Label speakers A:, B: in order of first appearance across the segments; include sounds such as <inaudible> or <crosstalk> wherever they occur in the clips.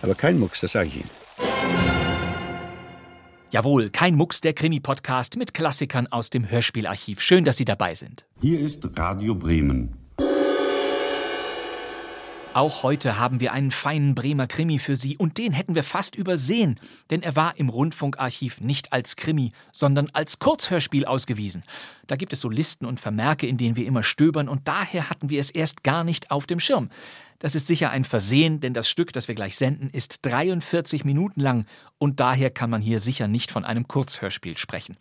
A: Aber kein Mucks, das sage ich Ihnen.
B: Jawohl, kein Mucks, der Krimi-Podcast mit Klassikern aus dem Hörspielarchiv. Schön, dass Sie dabei sind.
C: Hier ist Radio Bremen.
B: Auch heute haben wir einen feinen Bremer Krimi für Sie und den hätten wir fast übersehen, denn er war im Rundfunkarchiv nicht als Krimi, sondern als Kurzhörspiel ausgewiesen. Da gibt es so Listen und Vermerke, in denen wir immer stöbern und daher hatten wir es erst gar nicht auf dem Schirm. Das ist sicher ein Versehen, denn das Stück, das wir gleich senden, ist 43 Minuten lang und daher kann man hier sicher nicht von einem Kurzhörspiel sprechen.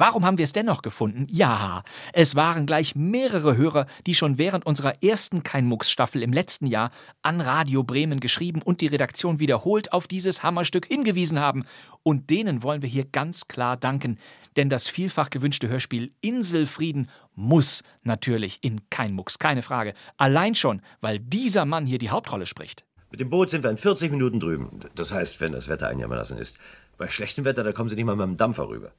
B: Warum haben wir es dennoch gefunden? Ja, es waren gleich mehrere Hörer, die schon während unserer ersten Kein-Mucks-Staffel im letzten Jahr an Radio Bremen geschrieben und die Redaktion wiederholt auf dieses Hammerstück hingewiesen haben. Und denen wollen wir hier ganz klar danken, denn das vielfach gewünschte Hörspiel Inselfrieden muss natürlich in Kein-Mucks, keine Frage. Allein schon, weil dieser Mann hier die Hauptrolle spricht.
D: Mit dem Boot sind wir in 40 Minuten drüben. Das heißt, wenn das Wetter einjammern ist. Bei schlechtem Wetter, da kommen Sie nicht mal mit dem Dampfer rüber.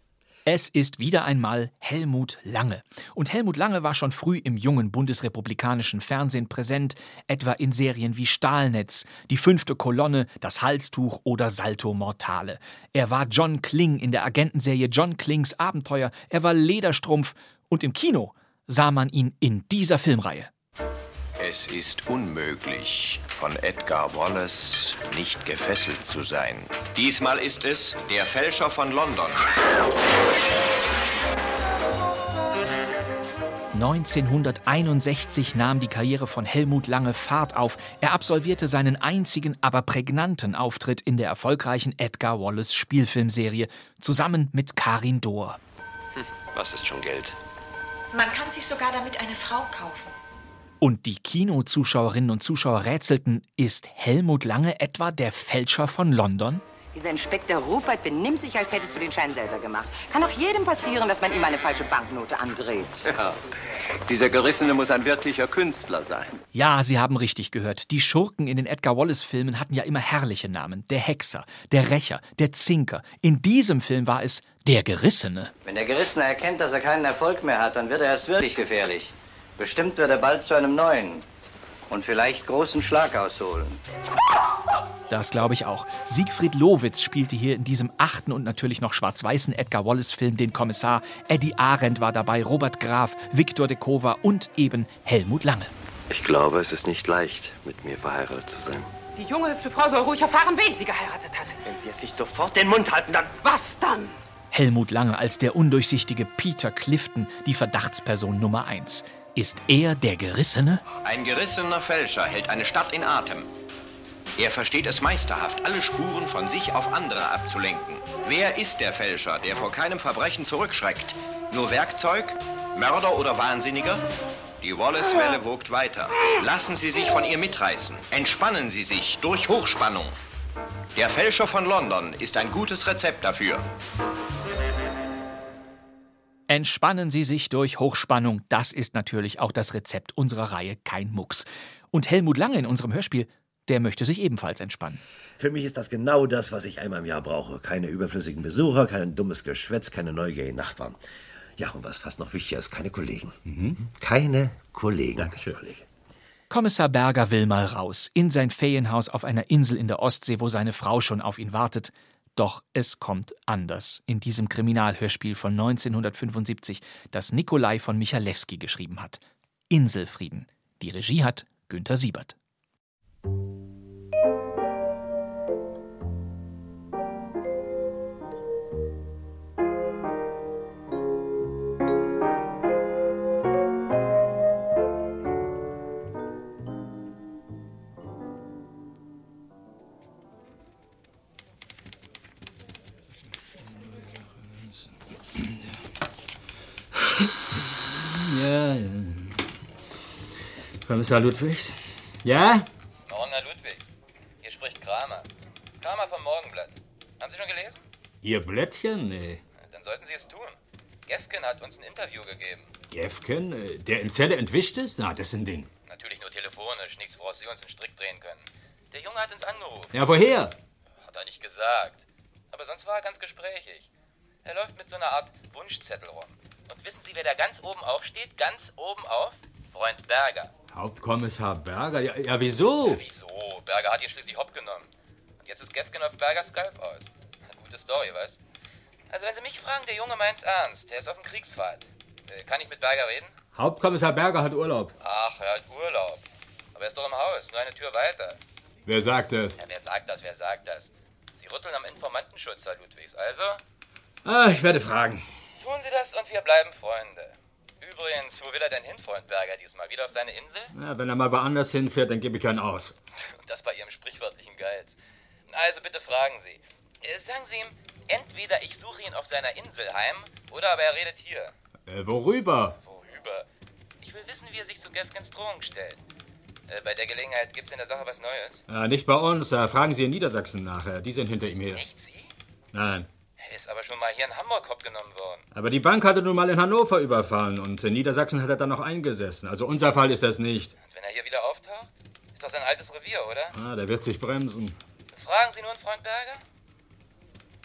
B: Es ist wieder einmal Helmut Lange. Und Helmut Lange war schon früh im jungen bundesrepublikanischen Fernsehen präsent, etwa in Serien wie Stahlnetz, Die fünfte Kolonne, Das Halstuch oder Salto Mortale. Er war John Kling in der Agentenserie John Klings Abenteuer, er war Lederstrumpf und im Kino sah man ihn in dieser Filmreihe.
C: Es ist unmöglich, von Edgar Wallace nicht gefesselt zu sein. Diesmal ist es der Fälscher von London.
B: 1961 nahm die Karriere von Helmut Lange Fahrt auf. Er absolvierte seinen einzigen, aber prägnanten Auftritt in der erfolgreichen Edgar Wallace Spielfilmserie zusammen mit Karin Dohr.
C: Hm, Was ist schon Geld?
E: Man kann sich sogar damit eine Frau kaufen.
B: Und die Kinozuschauerinnen und Zuschauer rätselten, ist Helmut Lange etwa der Fälscher von London?
F: Dieser Inspektor Rupert benimmt sich, als hättest du den Schein selber gemacht. Kann auch jedem passieren, dass man ihm eine falsche Banknote andreht.
C: Dieser Gerissene muss ein wirklicher Künstler sein.
B: Ja, Sie haben richtig gehört. Die Schurken in den Edgar Wallace-Filmen hatten ja immer herrliche Namen. Der Hexer, der Rächer, der Zinker. In diesem Film war es der Gerissene.
G: Wenn der Gerissene erkennt, dass er keinen Erfolg mehr hat, dann wird er erst wirklich gefährlich. Bestimmt wird er bald zu einem neuen und vielleicht großen Schlag ausholen.
B: Das glaube ich auch. Siegfried Lowitz spielte hier in diesem achten und natürlich noch schwarz-weißen Edgar Wallace-Film den Kommissar. Eddie Arendt war dabei, Robert Graf, Viktor de Kova und eben Helmut Lange.
C: Ich glaube, es ist nicht leicht, mit mir verheiratet zu sein.
F: Die junge, hübsche Frau soll ruhig erfahren, wen sie geheiratet hat.
C: Wenn Sie es nicht sofort den Mund halten, dann...
F: Was dann?
B: Helmut Lange als der undurchsichtige Peter Clifton, die Verdachtsperson Nummer 1. Ist er der Gerissene?
C: Ein gerissener Fälscher hält eine Stadt in Atem. Er versteht es meisterhaft, alle Spuren von sich auf andere abzulenken. Wer ist der Fälscher, der vor keinem Verbrechen zurückschreckt? Nur Werkzeug? Mörder oder Wahnsinniger? Die Wallace-Welle wogt weiter. Lassen Sie sich von ihr mitreißen. Entspannen Sie sich durch Hochspannung. Der Fälscher von London ist ein gutes Rezept dafür.
B: Entspannen Sie sich durch Hochspannung. Das ist natürlich auch das Rezept unserer Reihe Kein Mucks. Und Helmut Lange in unserem Hörspiel, der möchte sich ebenfalls entspannen.
D: Für mich ist das genau das, was ich einmal im Jahr brauche. Keine überflüssigen Besucher, kein dummes Geschwätz, keine neugierigen Nachbarn. Ja, und was fast noch wichtiger ist, keine Kollegen.
C: Mhm.
D: Keine Kollegen. Dankeschön. Kollege.
B: Kommissar Berger will mal raus, in sein Ferienhaus auf einer Insel in der Ostsee, wo seine Frau schon auf ihn wartet. Doch es kommt anders in diesem Kriminalhörspiel von 1975, das Nikolai von Michalewski geschrieben hat. Inselfrieden. Die Regie hat Günther Siebert.
G: Ja, ja. Kommissar Ludwigs? Ja?
C: Baroner Ludwig, hier spricht Kramer.
H: schon gelesen?
I: Ihr Blättchen? äh, Nee.
H: Dann sollten Sie es tun. Gefken hat uns ein Interview gegeben.
I: Gefken, äh, der in Zelle entwischt ist? Na, das ist ein Ding.
H: Natürlich nur telefonisch, nichts, woraus Sie uns einen Strick drehen können. Der Junge hat uns angerufen.
I: Ja, woher?
H: Hat er nicht gesagt. Aber sonst war er ganz gesprächig. Er läuft mit so einer Art Wunschzettel rum. Und wissen Sie, wer da ganz oben aufsteht? Ganz oben auf? Freund Berger.
I: Hauptkommissar Berger? Ja, ja wieso?
H: Wieso? Berger hat ihr schließlich hopp genommen. Und jetzt ist Gefgen auf Bergers Skalp aus. <laughs> Gute Story, was? Also, wenn Sie mich fragen, der Junge meint's ernst. Er ist auf dem Kriegspfad. Äh, Kann ich mit Berger reden?
I: Hauptkommissar Berger hat Urlaub.
H: Ach, er hat Urlaub. Aber er ist doch im Haus, nur eine Tür weiter.
I: Wer sagt das?
H: Ja, wer sagt das, wer sagt das? Sie rütteln am Informantenschutz, Herr Ludwigs. Also,
I: Ah, ich werde fragen.
H: tun Sie das und wir bleiben Freunde. Übrigens, wo will er denn hin, Freund Berger, diesmal? Wieder auf seine Insel?
I: Ja, wenn er mal woanders hinfährt, dann gebe ich einen aus.
H: Und das bei Ihrem sprichwörtlichen Geiz. Also bitte fragen Sie. Äh, Sagen Sie ihm, entweder ich suche ihn auf seiner Insel heim, oder aber er redet hier.
I: Äh, worüber?
H: Worüber? Ich will wissen, wie er sich zu Gefkens Drohung stellt. Äh, bei der Gelegenheit gibt's in der Sache was Neues.
I: Äh, nicht bei uns. Äh, fragen Sie in Niedersachsen nach. Äh, die sind hinter ihm her.
H: Nicht Sie?
I: Nein.
H: Er ist aber schon mal hier in Hamburg hoppgenommen worden.
I: Aber die Bank hatte nun mal in Hannover überfallen und in Niedersachsen hat er dann noch eingesessen. Also unser Fall ist das nicht.
H: Und wenn er hier wieder auftaucht? Ist doch sein altes Revier, oder?
I: Ah, der wird sich bremsen.
H: Fragen Sie nun, Freund Berger?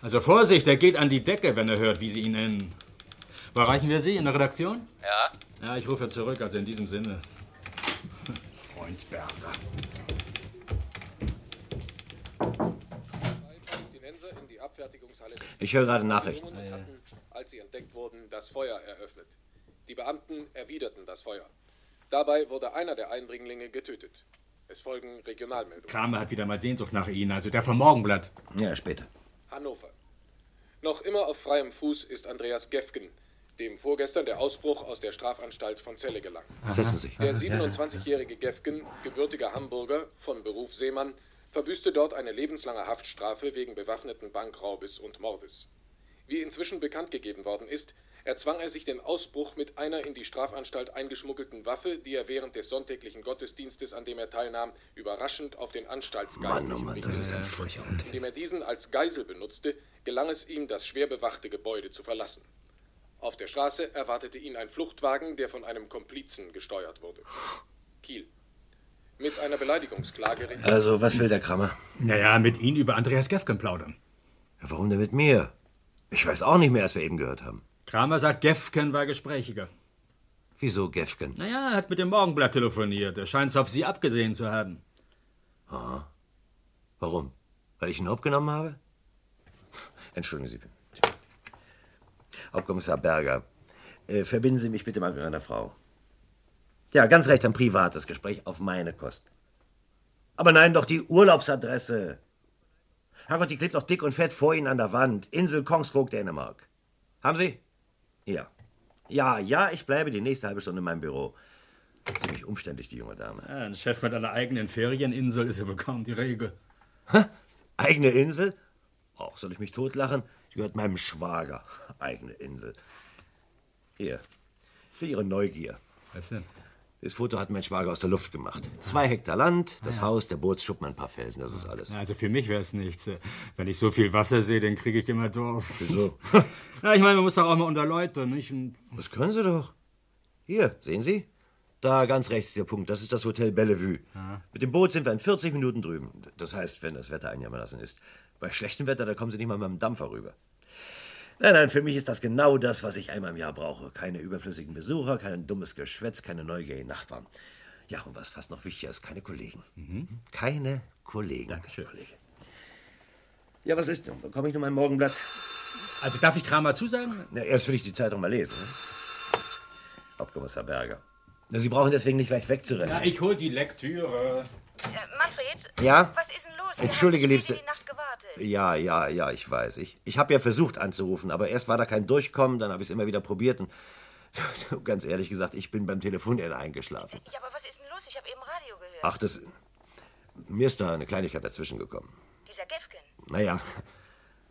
I: Also Vorsicht, der geht an die Decke, wenn er hört, wie Sie ihn nennen. Wo erreichen wir Sie? In der Redaktion?
H: Ja.
I: Ja, ich rufe zurück, also in diesem Sinne. Freund Berger.
J: in die Abfertigungshalle des
K: Ich höre gerade Nachrichten.
J: Millionen hatten, als sie entdeckt wurden, das Feuer eröffnet. Die Beamten erwiderten das Feuer. Dabei wurde einer der Eindringlinge getötet. Es folgen Regionalmeldungen.
I: Kramer hat wieder mal Sehnsucht nach Ihnen, also der vom Morgenblatt.
K: Ja, später.
J: Hannover. Noch immer auf freiem Fuß ist Andreas Gefgen, dem vorgestern der Ausbruch aus der Strafanstalt von Celle gelang.
K: Aha. Setzen Sie sich.
J: Der 27-jährige Gefgen, gebürtiger Hamburger, von Beruf Seemann, verbüßte dort eine lebenslange Haftstrafe wegen bewaffneten Bankraubes und Mordes. Wie inzwischen bekannt gegeben worden ist, erzwang er sich den Ausbruch mit einer in die Strafanstalt eingeschmuggelten Waffe, die er während des sonntäglichen Gottesdienstes, an dem er teilnahm, überraschend auf den Anstaltsgeistlichen
K: Mann, oh Mann, das ist ein Frechheit.
J: Indem er diesen als Geisel benutzte, gelang es ihm, das schwer bewachte Gebäude zu verlassen. Auf der Straße erwartete ihn ein Fluchtwagen, der von einem Komplizen gesteuert wurde. Kiel. Mit einer Beleidigungsklage richtete
K: Also, was will der Krammer?
I: Naja, mit Ihnen über Andreas Gefgen plaudern.
K: Ja, warum denn mit mir? Ich weiß auch nicht mehr, was wir eben gehört haben.
I: Kramer sagt, Gefgen war gesprächiger.
K: Wieso Gefgen?
I: Naja, er hat mit dem Morgenblatt telefoniert. Er scheint es auf Sie abgesehen zu haben.
K: Aha. Ah. Warum? Weil ich ihn hochgenommen habe? Entschuldigen Sie. Hauptkommissar Berger, äh, verbinden Sie mich bitte mal mit meiner Frau. Ja, ganz recht, ein privates Gespräch auf meine Kosten. Aber nein, doch die Urlaubsadresse. Herrgott, die klebt noch dick und fett vor Ihnen an der Wand. Insel Kongskrog, Dänemark. Haben Sie? Ja. Ja, ja, ich bleibe die nächste halbe Stunde in meinem Büro. Ziemlich umständlich, die junge Dame.
I: Ja, ein Chef mit einer eigenen Ferieninsel ist ja wohl kaum die Regel.
K: Eigene Insel? Auch soll ich mich totlachen? Die gehört meinem Schwager. <laughs> Eigene Insel. Hier. Für Ihre Neugier.
I: Was denn?
K: Das Foto hat mein Schwager aus der Luft gemacht. Zwei Hektar Land, das
I: Ah, ja.
K: Haus, der Bootsschuppen, ein paar Felsen, das ist alles.
I: Na, Also für mich wäre es nichts. Wenn ich so viel Wasser sehe, dann kriege ich immer Durst.
K: Wieso?
I: <laughs> Na, ich meine, man muss doch auch mal unter Leute, nicht? Und
K: Das können Sie doch. Hier, sehen Sie? Da ganz rechts ist der Punkt. Das ist das Hotel Bellevue. Mit dem Boot sind wir in 40 Minuten drüben. Das heißt, wenn das Wetter einigermaßen ist. Bei schlechtem Wetter, da kommen Sie nicht mal mit dem Dampfer rüber. Nein, nein, für mich ist das genau das, was ich einmal im Jahr brauche. Keine überflüssigen Besucher, kein dummes Geschwätz, keine neugierigen Nachbarn. Ja, und was fast noch wichtiger ist, keine Kollegen. Keine Kollegen. Dankeschön. Kollege. Ja, was ist nun? Bekomme ich nun mein Morgenblatt?
I: Also darf ich Kramer zusagen?
K: Na, erst will ich die Zeitung mal lesen. Ne? Hauptkommissar Berger. Na, Sie brauchen deswegen nicht gleich wegzurennen.
I: ich hol die Lektüre.
L: Äh, Manfred?
K: Ja?
L: Was ist denn los? Wir
K: Entschuldige,
L: haben bis
K: Liebste.
L: spät in die Nacht gewartet.
K: Ja, ja, ja, ich weiß. Ich, ich habe ja versucht anzurufen, aber erst war da kein Durchkommen, dann habe ich es immer wieder probiert und <laughs> ganz ehrlich gesagt, ich bin beim Telefonende eingeschlafen.
L: Ja, aber was ist denn los? Ich habe eben Radio gehört.
K: Ach, das. Mir ist da eine Kleinigkeit dazwischen gekommen.
L: Dieser Gefgen.
K: Naja,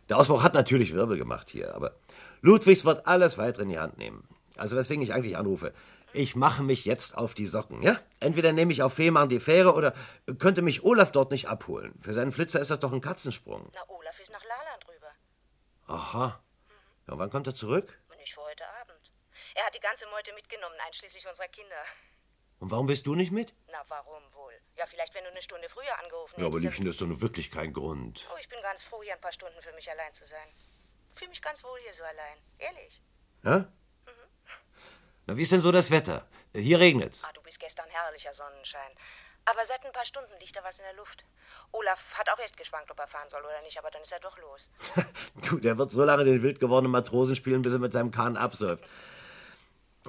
K: der Ausbruch hat natürlich Wirbel gemacht hier, aber Ludwigs wird alles weiter in die Hand nehmen. Also weswegen ich eigentlich anrufe. Ich mache mich jetzt auf die Socken, ja? Entweder nehme ich auf Fehmarn die Fähre oder könnte mich Olaf dort nicht abholen. Für seinen Flitzer ist das doch ein Katzensprung.
L: Na, Olaf ist nach Laland rüber.
K: Aha. Ja, und wann kommt er zurück?
L: Nicht für heute Abend. Er hat die ganze Meute mitgenommen, einschließlich unserer Kinder.
K: Und warum bist du nicht mit?
L: Na, warum wohl? Ja, vielleicht, wenn du eine Stunde früher angerufen
K: Ja, aber
L: hättest.
K: Liebchen, das ist doch nun wirklich kein Grund.
L: Oh, ich bin ganz froh, hier ein paar Stunden für mich allein zu sein. Fühle mich ganz wohl hier so allein. Ehrlich.
I: Mhm.
K: Ja? Na, wie ist denn so das Wetter? Äh, Hier regnet's.
L: Ah, du bist gestern herrlicher Sonnenschein. Aber seit ein paar Stunden liegt da was in der Luft. Olaf hat auch erst geschwankt, ob er fahren soll oder nicht, aber dann ist er doch los.
K: Du, der wird so lange den wild gewordenen Matrosen spielen, bis er mit seinem Kahn absäuft.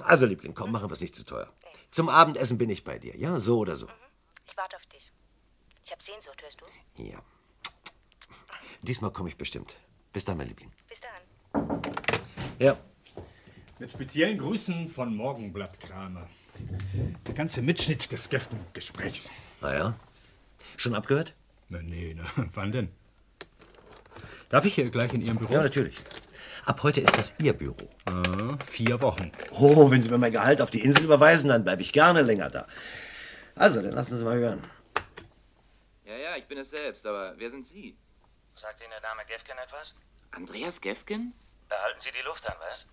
K: Also, Liebling, komm, machen wir's nicht zu teuer. Zum Abendessen bin ich bei dir, ja? So oder so.
L: Ich warte auf dich. Ich hab Sehnsucht, hörst du?
I: Mhm.
K: Ja. Diesmal komme ich bestimmt. Bis dann, mein Liebling.
L: Bis dann.
K: Ja.
I: Mit speziellen Grüßen von Morgenblatt Kramer. Der ganze Mitschnitt des Geften-Gesprächs.
K: Na ja. Schon abgehört?
I: Na, <laughs> nee, ne. wann denn? Darf ich hier gleich in Ihrem Büro?
K: Ja, natürlich. Ab heute ist das Ihr Büro.
I: Mhm, vier Wochen.
K: Oh, wenn Sie mir mein Gehalt auf die Insel überweisen, dann bleibe ich gerne länger da. Also, dann lassen Sie mal hören.
M: Ja, ja, ich bin es selbst, aber wer sind Sie?
D: Sagt Ihnen der Name Gefgen etwas?
M: Andreas Gefgen?
D: Da halten Sie die Luft an, was?
K: Ja,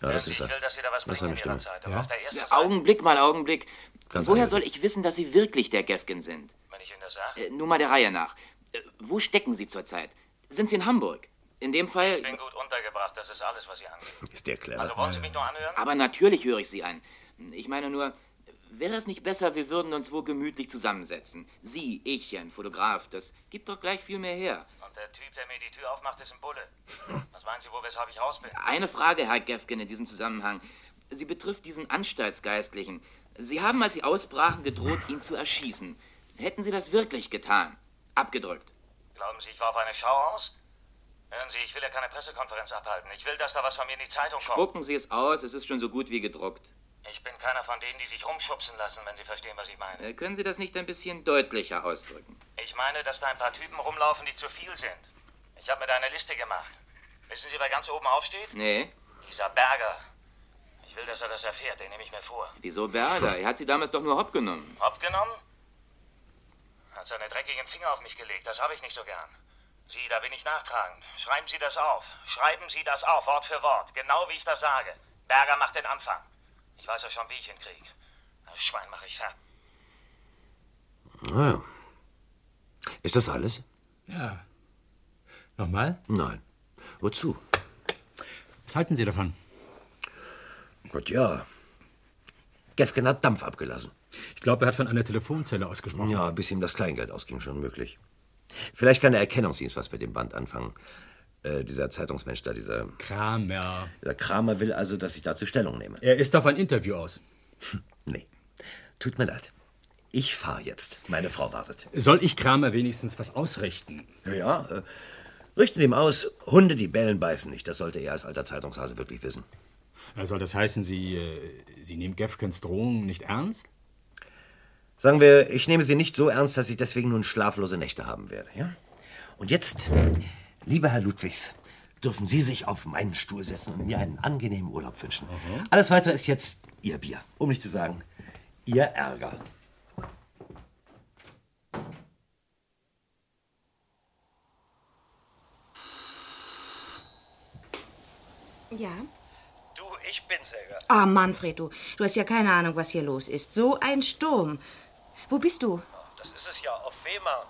K: das
D: Hören Sie,
K: ist
D: ich
K: er.
D: will, dass Sie da was
K: Das ist
D: bringen
K: seine
D: in
K: Stimme.
D: Ihrer Zeit.
K: Ja.
D: Aber auf der ersten
M: Ja,
D: Seite,
M: Augenblick mal, Augenblick.
K: Ganz
M: Woher
K: eindeutig.
M: soll ich wissen, dass Sie wirklich der Gefgen sind?
D: wenn ich Ihnen das sage,
M: Äh, nur mal der Reihe nach. Äh, wo stecken Sie zurzeit? Sind Sie in Hamburg? In dem Fall.
D: ich bin gut untergebracht. Das ist alles, was Sie angeht.
K: Ist der clever.
D: Also wollen Sie mich nur anhören?
M: Aber natürlich höre ich Sie an. Ich meine nur, wäre es nicht besser, wir würden uns wo gemütlich zusammensetzen? Sie, ich, ein Fotograf, das gibt doch gleich viel mehr her.
D: Und der Typ, der mir die Tür aufmacht, ist ein Bulle. Was meinen Sie, wo weshalb ich raus bin?
M: Eine Frage, Herr Gefgen, in diesem Zusammenhang. Sie betrifft diesen Anstaltsgeistlichen. Sie haben, als Sie ausbrachen, gedroht, ihn zu erschießen. Hätten Sie das wirklich getan? Abgedrückt.
D: Glauben Sie, ich war auf eine Schau aus? Hören Sie, ich will ja keine Pressekonferenz abhalten. Ich will, dass da was von mir in die Zeitung kommt.
M: Gucken Sie es aus, es ist schon so gut wie gedruckt.
D: Ich bin keiner von denen, die sich rumschubsen lassen, wenn Sie verstehen, was ich meine.
M: Äh, können Sie das nicht ein bisschen deutlicher ausdrücken?
D: Ich meine, dass da ein paar Typen rumlaufen, die zu viel sind. Ich habe mir da eine Liste gemacht. Wissen Sie, wer ganz oben aufsteht?
M: Nee?
D: Dieser Berger. Ich will, dass er das erfährt, den nehme ich mir vor.
M: Wieso Berger? Er hat Sie damals doch nur hopp genommen.
D: Hopp genommen? Hat seine dreckigen Finger auf mich gelegt, das habe ich nicht so gern. Sie, da bin ich nachtragend. Schreiben Sie das auf. Schreiben Sie das auf, Wort für Wort. Genau wie ich das sage. Berger macht den Anfang. Ich weiß ja schon, wie ich ihn kriege. Das Schwein mache ich fertig.
K: Naja. Ah Ist das alles?
I: Ja. Nochmal?
K: Nein. Wozu?
I: Was halten Sie davon?
K: Gott, ja. Gefgen hat Dampf abgelassen.
I: Ich glaube, er hat von einer Telefonzelle ausgesprochen.
K: Ja, bis ihm das Kleingeld ausging, schon möglich. Vielleicht kann der Erkennungsdienst was mit dem Band anfangen. Äh, dieser Zeitungsmensch da, dieser...
I: Kramer.
K: Der Kramer will also, dass ich dazu Stellung nehme.
I: Er ist auf ein Interview aus.
K: Nee. Tut mir leid. Ich fahre jetzt. Meine Frau wartet.
I: Soll ich Kramer wenigstens was ausrichten?
K: Ja, ja. Äh, richten Sie ihm aus, Hunde, die bellen, beißen nicht. Das sollte er als alter Zeitungshase wirklich wissen.
I: Äh, Soll das heißen, Sie, äh, Sie nehmen Gefkens Drohung nicht ernst?
K: Sagen wir, ich nehme sie nicht so ernst, dass ich deswegen nun schlaflose Nächte haben werde, ja? Und jetzt, lieber Herr Ludwigs, dürfen Sie sich auf meinen Stuhl setzen und mir einen angenehmen Urlaub wünschen. Alles weitere ist jetzt Ihr Bier, um nicht zu sagen, Ihr Ärger.
L: Ja?
N: Du, ich bin's, Helga.
L: Ah, Manfred, du. Du hast ja keine Ahnung, was hier los ist. So ein Sturm. Wo bist du?
N: Das ist es ja, auf Fehmarn.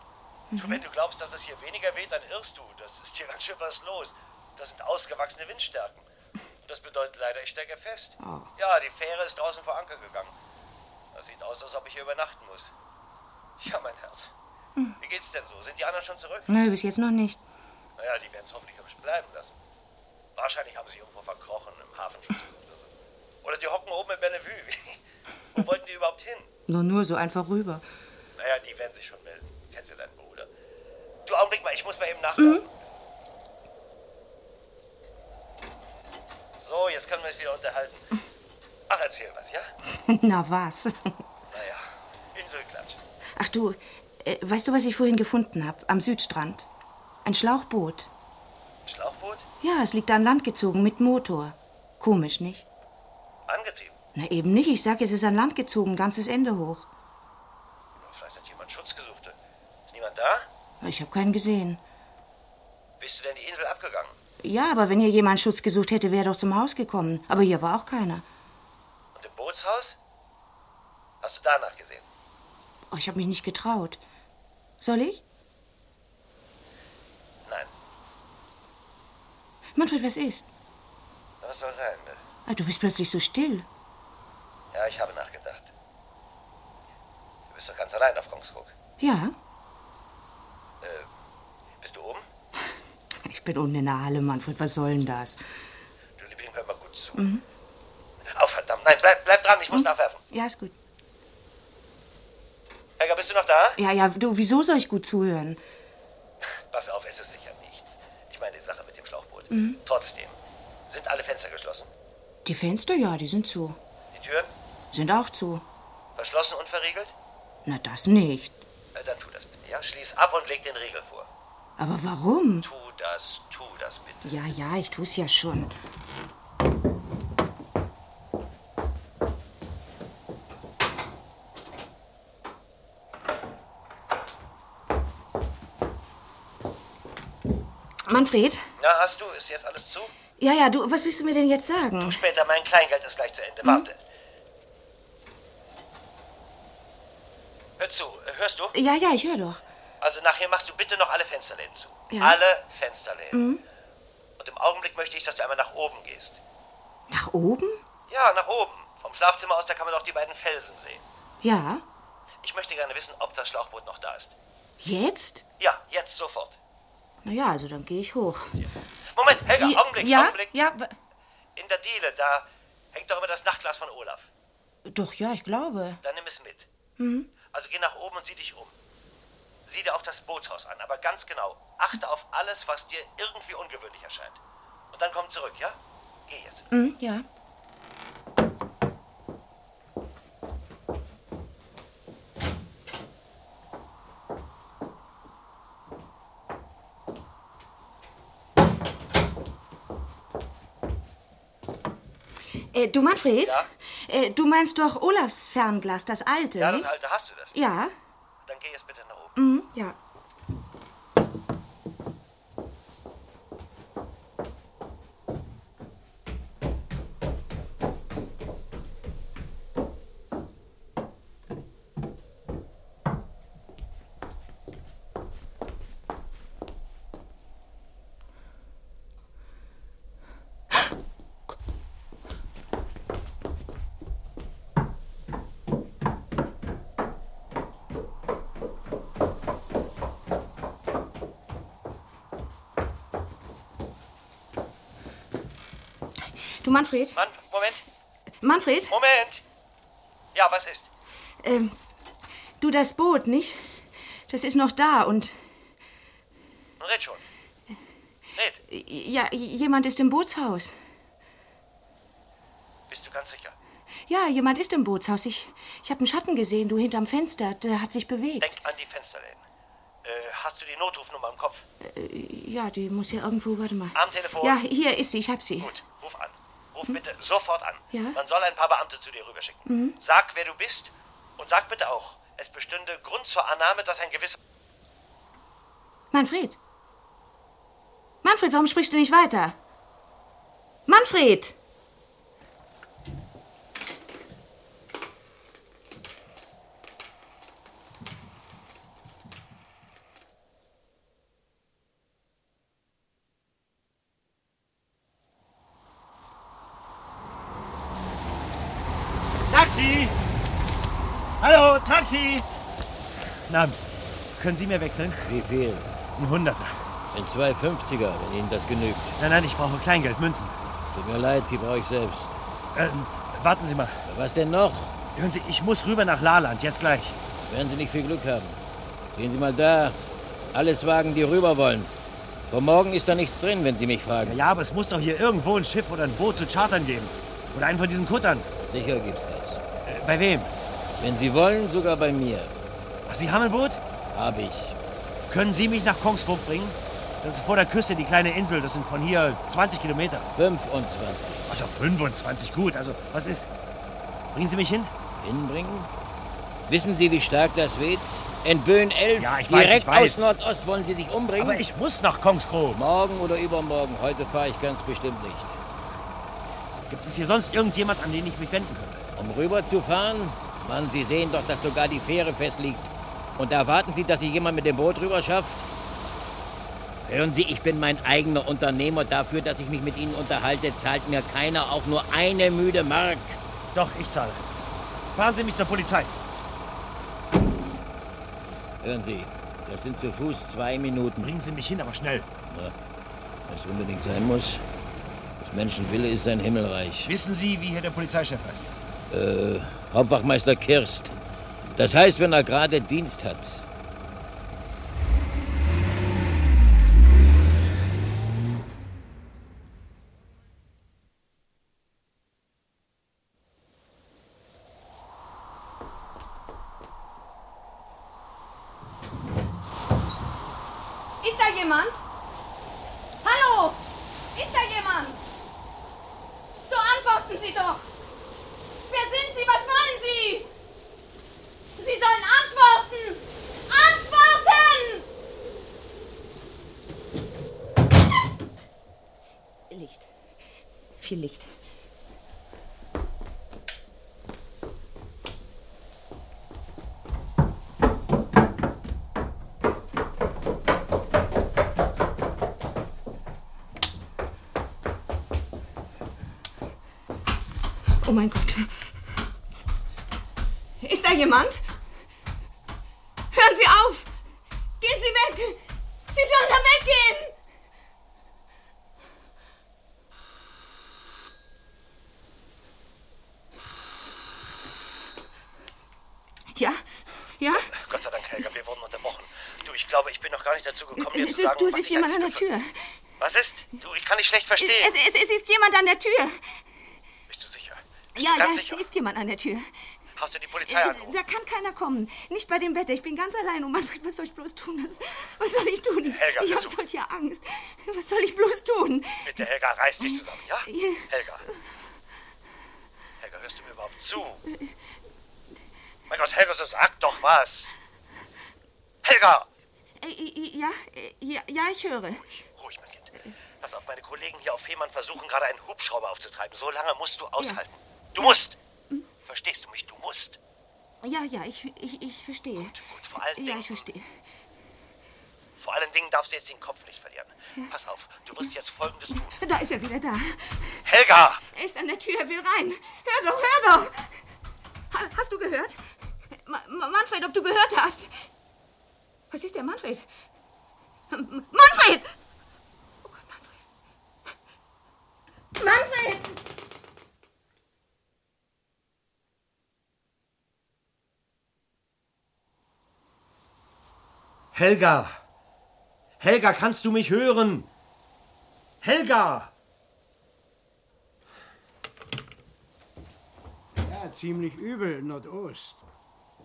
N: Du, wenn du glaubst, dass es hier weniger weht, dann irrst du. Das ist hier <laughs> ganz schön was los. Das sind ausgewachsene Windstärken. Und das bedeutet leider, ich stecke fest.
L: Oh.
N: Ja, die Fähre ist draußen vor Anker gegangen. Das sieht aus, als ob ich hier übernachten muss. Ja, mein Herz.
L: Hm.
N: Wie geht's denn so? Sind die anderen schon zurück?
L: Nö, bis jetzt noch nicht.
N: Naja, die werden es hoffentlich hübsch bleiben lassen. Wahrscheinlich haben sie irgendwo verkrochen im Hafenschutz oder so. Oder die hocken oben in Bellevue. <laughs> Wo wollten die überhaupt hin?
L: Nur nur so einfach rüber. <laughs>
N: Naja, die werden sich schon melden. Kennst du deinen Bruder? Du, Augenblick mal, ich muss mal eben nachladen. So, jetzt können wir uns wieder unterhalten. Ach, erzähl was, ja?
L: Na was? <laughs>
N: Naja, Inselklatsch.
L: Ach du, äh, weißt du, was ich vorhin gefunden habe? Am Südstrand. Ein Schlauchboot.
N: Ein Schlauchboot?
L: Ja, es liegt an Land gezogen mit Motor. Komisch, nicht?
N: Angetrieben.
L: Na eben nicht. Ich sag, es ist an Land gezogen, ganzes Ende hoch.
N: Na, Vielleicht hat jemand Schutz gesucht. Ist niemand da?
L: Ich habe keinen gesehen.
N: Bist du denn die Insel abgegangen?
L: Ja, aber wenn hier jemand Schutz gesucht hätte, wäre er doch zum Haus gekommen. Aber hier war auch keiner.
K: Und im Bootshaus? Hast du danach gesehen?
L: Oh, ich habe mich nicht getraut. Soll ich?
K: Nein.
L: Manfred, was ist?
K: Na, was soll sein?
L: Ah, Du bist plötzlich so still.
K: Ja, ich habe nachgedacht. Du bist doch ganz allein auf Kongsruck.
L: Ja,
K: Äh, bist du oben?
L: ich bin unten in der Halle, Manfred. Was soll denn das?
K: Du Liebling, hör mal gut zu.
L: Mhm.
K: Auf, verdammt. Nein, bleib, bleib dran, ich muss nachwerfen.
L: Ja, ist gut.
K: Helga, bist du noch da?
L: Ja, ja, du, wieso soll ich gut zuhören?
K: Pass auf, es ist sicher nichts. Ich meine die Sache mit dem Schlauchboot.
L: Mhm.
K: Trotzdem, sind alle Fenster geschlossen?
L: Die Fenster, ja, die sind zu.
K: Die Türen
L: Sind auch zu.
K: verschlossen und verriegelt?
L: Na, das nicht.
K: Äh, dann tu das bitte, ja? Schließ ab und leg den Riegel vor.
L: Aber warum?
K: Tu das, tu das bitte.
L: Ja, ja, ich tu's ja schon. Manfred?
K: Na, hast du? Ist jetzt alles zu?
L: Ja, ja, du, was willst du mir denn jetzt sagen?
K: Später, mein Kleingeld ist gleich zu
L: Mhm.
K: Ende. Warte. Hör zu, äh, hörst du?
L: Hm? Ja, ja, ich höre doch.
K: Also nachher machst du bitte noch alle Fensterläden zu.
L: Ja.
K: Alle Fensterläden.
L: Mhm.
K: Und im Augenblick möchte ich, dass du einmal nach oben gehst.
L: Nach oben?
K: Ja, nach oben. Vom Schlafzimmer aus, da kann man doch die beiden Felsen sehen.
L: Ja.
K: Ich möchte gerne wissen, ob das Schlauchboot noch da ist.
L: Jetzt?
K: Ja, jetzt sofort.
L: Na ja, also dann gehe ich hoch.
K: Moment, Helga, Augenblick,
L: ja,
K: Augenblick.
L: Ja, wa-
K: In der Diele, da hängt doch immer das Nachtglas von Olaf.
L: doch, ja, ich glaube.
K: Dann nimm es mit.
L: Mhm.
K: Also geh nach oben und sieh dich um. Sieh dir auch das Bootshaus an, aber ganz genau. Achte auf alles, was dir irgendwie ungewöhnlich erscheint. Und dann komm zurück, ja? Geh jetzt.
L: Mhm, ja. Äh, du, Manfred?
K: Ja?
L: Äh, du meinst doch Olafs Fernglas, das alte,
K: Ja, das
L: nicht?
K: alte, hast du das?
L: Ja.
K: Dann geh jetzt bitte nach oben.
L: Mhm, ja. Du, Manfred?
K: Mann, Moment.
L: Manfred?
K: Moment. Ja, was ist?
L: Ähm, du, das Boot, nicht? Das ist noch da und
K: Nun red schon.
L: Äh, ja, jemand ist im Bootshaus.
K: Bist du ganz sicher?
L: Ja, jemand ist im Bootshaus. Ich, ich habe einen Schatten gesehen, du hinterm Fenster. Der hat sich bewegt.
K: Denk an die Fensterläden. Äh, hast du die Notrufnummer im Kopf?
L: Äh, ja, die muss hier irgendwo, warte mal.
K: Am Telefon?
L: Ja, hier ist sie, ich hab sie.
K: Gut, ruf an. Ruf bitte sofort an.
L: Ja.
K: Man soll ein paar Beamte zu dir rüberschicken.
L: Mhm.
K: Sag, wer du bist und sag bitte auch, es bestünde Grund zur Annahme, dass ein gewisser...
L: Manfred? Manfred, warum sprichst du nicht weiter? Manfred!
D: Taxi! Hallo, Taxi! Guten Abend. Können Sie mir wechseln?
M: Wie viel?
D: Ein Hunderter.
M: Ein 250er, wenn Ihnen das genügt.
D: Nein, nein, ich brauche Kleingeld, Münzen.
M: Tut mir leid, die brauche ich selbst.
D: Ähm, warten Sie mal.
M: Was denn noch?
D: Hören Sie, ich muss rüber nach Laland, jetzt gleich.
M: Werden Sie nicht viel Glück haben. Sehen Sie mal da. Alles Wagen, die rüber wollen. Vor morgen ist da nichts drin, wenn Sie mich fragen.
D: Ja, aber es muss doch hier irgendwo ein Schiff oder ein Boot zu chartern geben. Oder einen von diesen Kuttern. Äh,
M: Sicher gibt's das.
D: bei wem?
M: Wenn Sie wollen, sogar bei mir.
D: Ach, Sie haben ein Boot?
M: Hab ich.
D: Können Sie mich nach Kongsburg bringen? Das ist vor der Küste, die kleine Insel. Das sind von hier 20 Kilometer.
M: 25.
D: Also 25, gut. Also, was ist? Bringen Sie mich hin?
M: Hinbringen? Wissen Sie, wie stark das weht? In Böen 11,
K: Ja, ich weiß,
M: direkt
K: ich weiß.
M: aus Nordost, wollen Sie sich umbringen?
K: Aber ich muss nach Kongsgro.
M: Morgen oder übermorgen. Heute fahre ich ganz bestimmt nicht.
K: Gibt es hier sonst irgendjemand, an den ich mich wenden könnte?
M: Um rüber zu fahren? Mann, Sie sehen doch, dass sogar die Fähre festliegt. Und da warten Sie, dass sich jemand mit dem Boot rüber schafft? Hören Sie, ich bin mein eigener Unternehmer. Dafür, dass ich mich mit Ihnen unterhalte, zahlt mir keiner auch nur eine müde Mark.
K: Doch, ich zahle. Fahren Sie mich zur Polizei.
M: Hören Sie, das sind zu Fuß zwei Minuten.
K: Bringen Sie mich hin, aber schnell.
M: Ja, wenn es unbedingt sein muss. Das Menschenwille ist ein Himmelreich.
K: Wissen Sie, wie hier der Polizeichef heißt?
M: Äh, Hauptwachmeister Kirst. Das heißt, wenn er gerade Dienst hat.
L: Ist da jemand? Hallo? Ist da jemand? So antworten Sie doch! Wer sind Sie? Was wollen Sie? Sie sollen antworten! Antworten!
O: Licht. Viel Licht.
L: Oh mein Gott. Ist da jemand? Hören Sie auf! Gehen Sie weg! Sie sollen da weggehen! Ja? Ja?
K: Gott sei Dank, Helga, wir wurden unterbrochen. Du, ich glaube, ich bin noch gar nicht dazu gekommen, dir zu
L: Äh, Du,
K: sagen,
L: du es
K: was
L: ist
K: ich
L: jemand an
K: eigentlich
L: der Tür.
K: davon- Was ist? Du, ich kann dich schlecht verstehen.
L: Es, es, es ist jemand an der Tür.
K: Bist du sicher? Bist
L: Ja,
K: du
L: ja,
K: ganz
L: es
K: sicher?
L: ist jemand an der Tür.
K: Hast du die Polizei angerufen?
L: Da kann keiner kommen. Nicht bei dem Wetter. Ich bin ganz allein. Und Manfred, was soll ich bloß tun? Was, was soll ich tun?
K: Helga,
L: ich habe
K: versuch.
L: solche Angst. Was soll ich bloß tun?
K: Bitte, Helga, reiß dich zusammen, ja?
L: Ja.
K: Helga. Helga, hörst du mir überhaupt zu? Mein Gott, Helga, so sag doch was. Helga!
L: Äh, äh, Ja, äh, ja, ja, ich höre.
K: Ruhig, mein Kind. Pass auf, meine Kollegen hier auf Fehmarn versuchen gerade einen Hubschrauber aufzutreiben. So lange musst du aushalten. Du musst! Verstehst du mich? Du musst.
L: Ja, ja, ich, ich, ich verstehe.
K: Vor allen,
L: Ja, ich verstehe.
K: vor allen Dingen darfst du jetzt den Kopf nicht verlieren. Pass auf, du wirst jetzt Folgendes tun.
L: Da ist er wieder da.
K: Helga!
L: Er ist an der Tür, er will rein. Hör doch, hör doch! Ha- Hast du gehört? Ma Ma Manfred, ob du gehört hast? Was ist der Manfred? M Manfred! Oh Gott, Manfred. Manfred!
K: Helga! Helga, kannst du mich hören? Helga!
P: Ja, ziemlich übel, Nordost.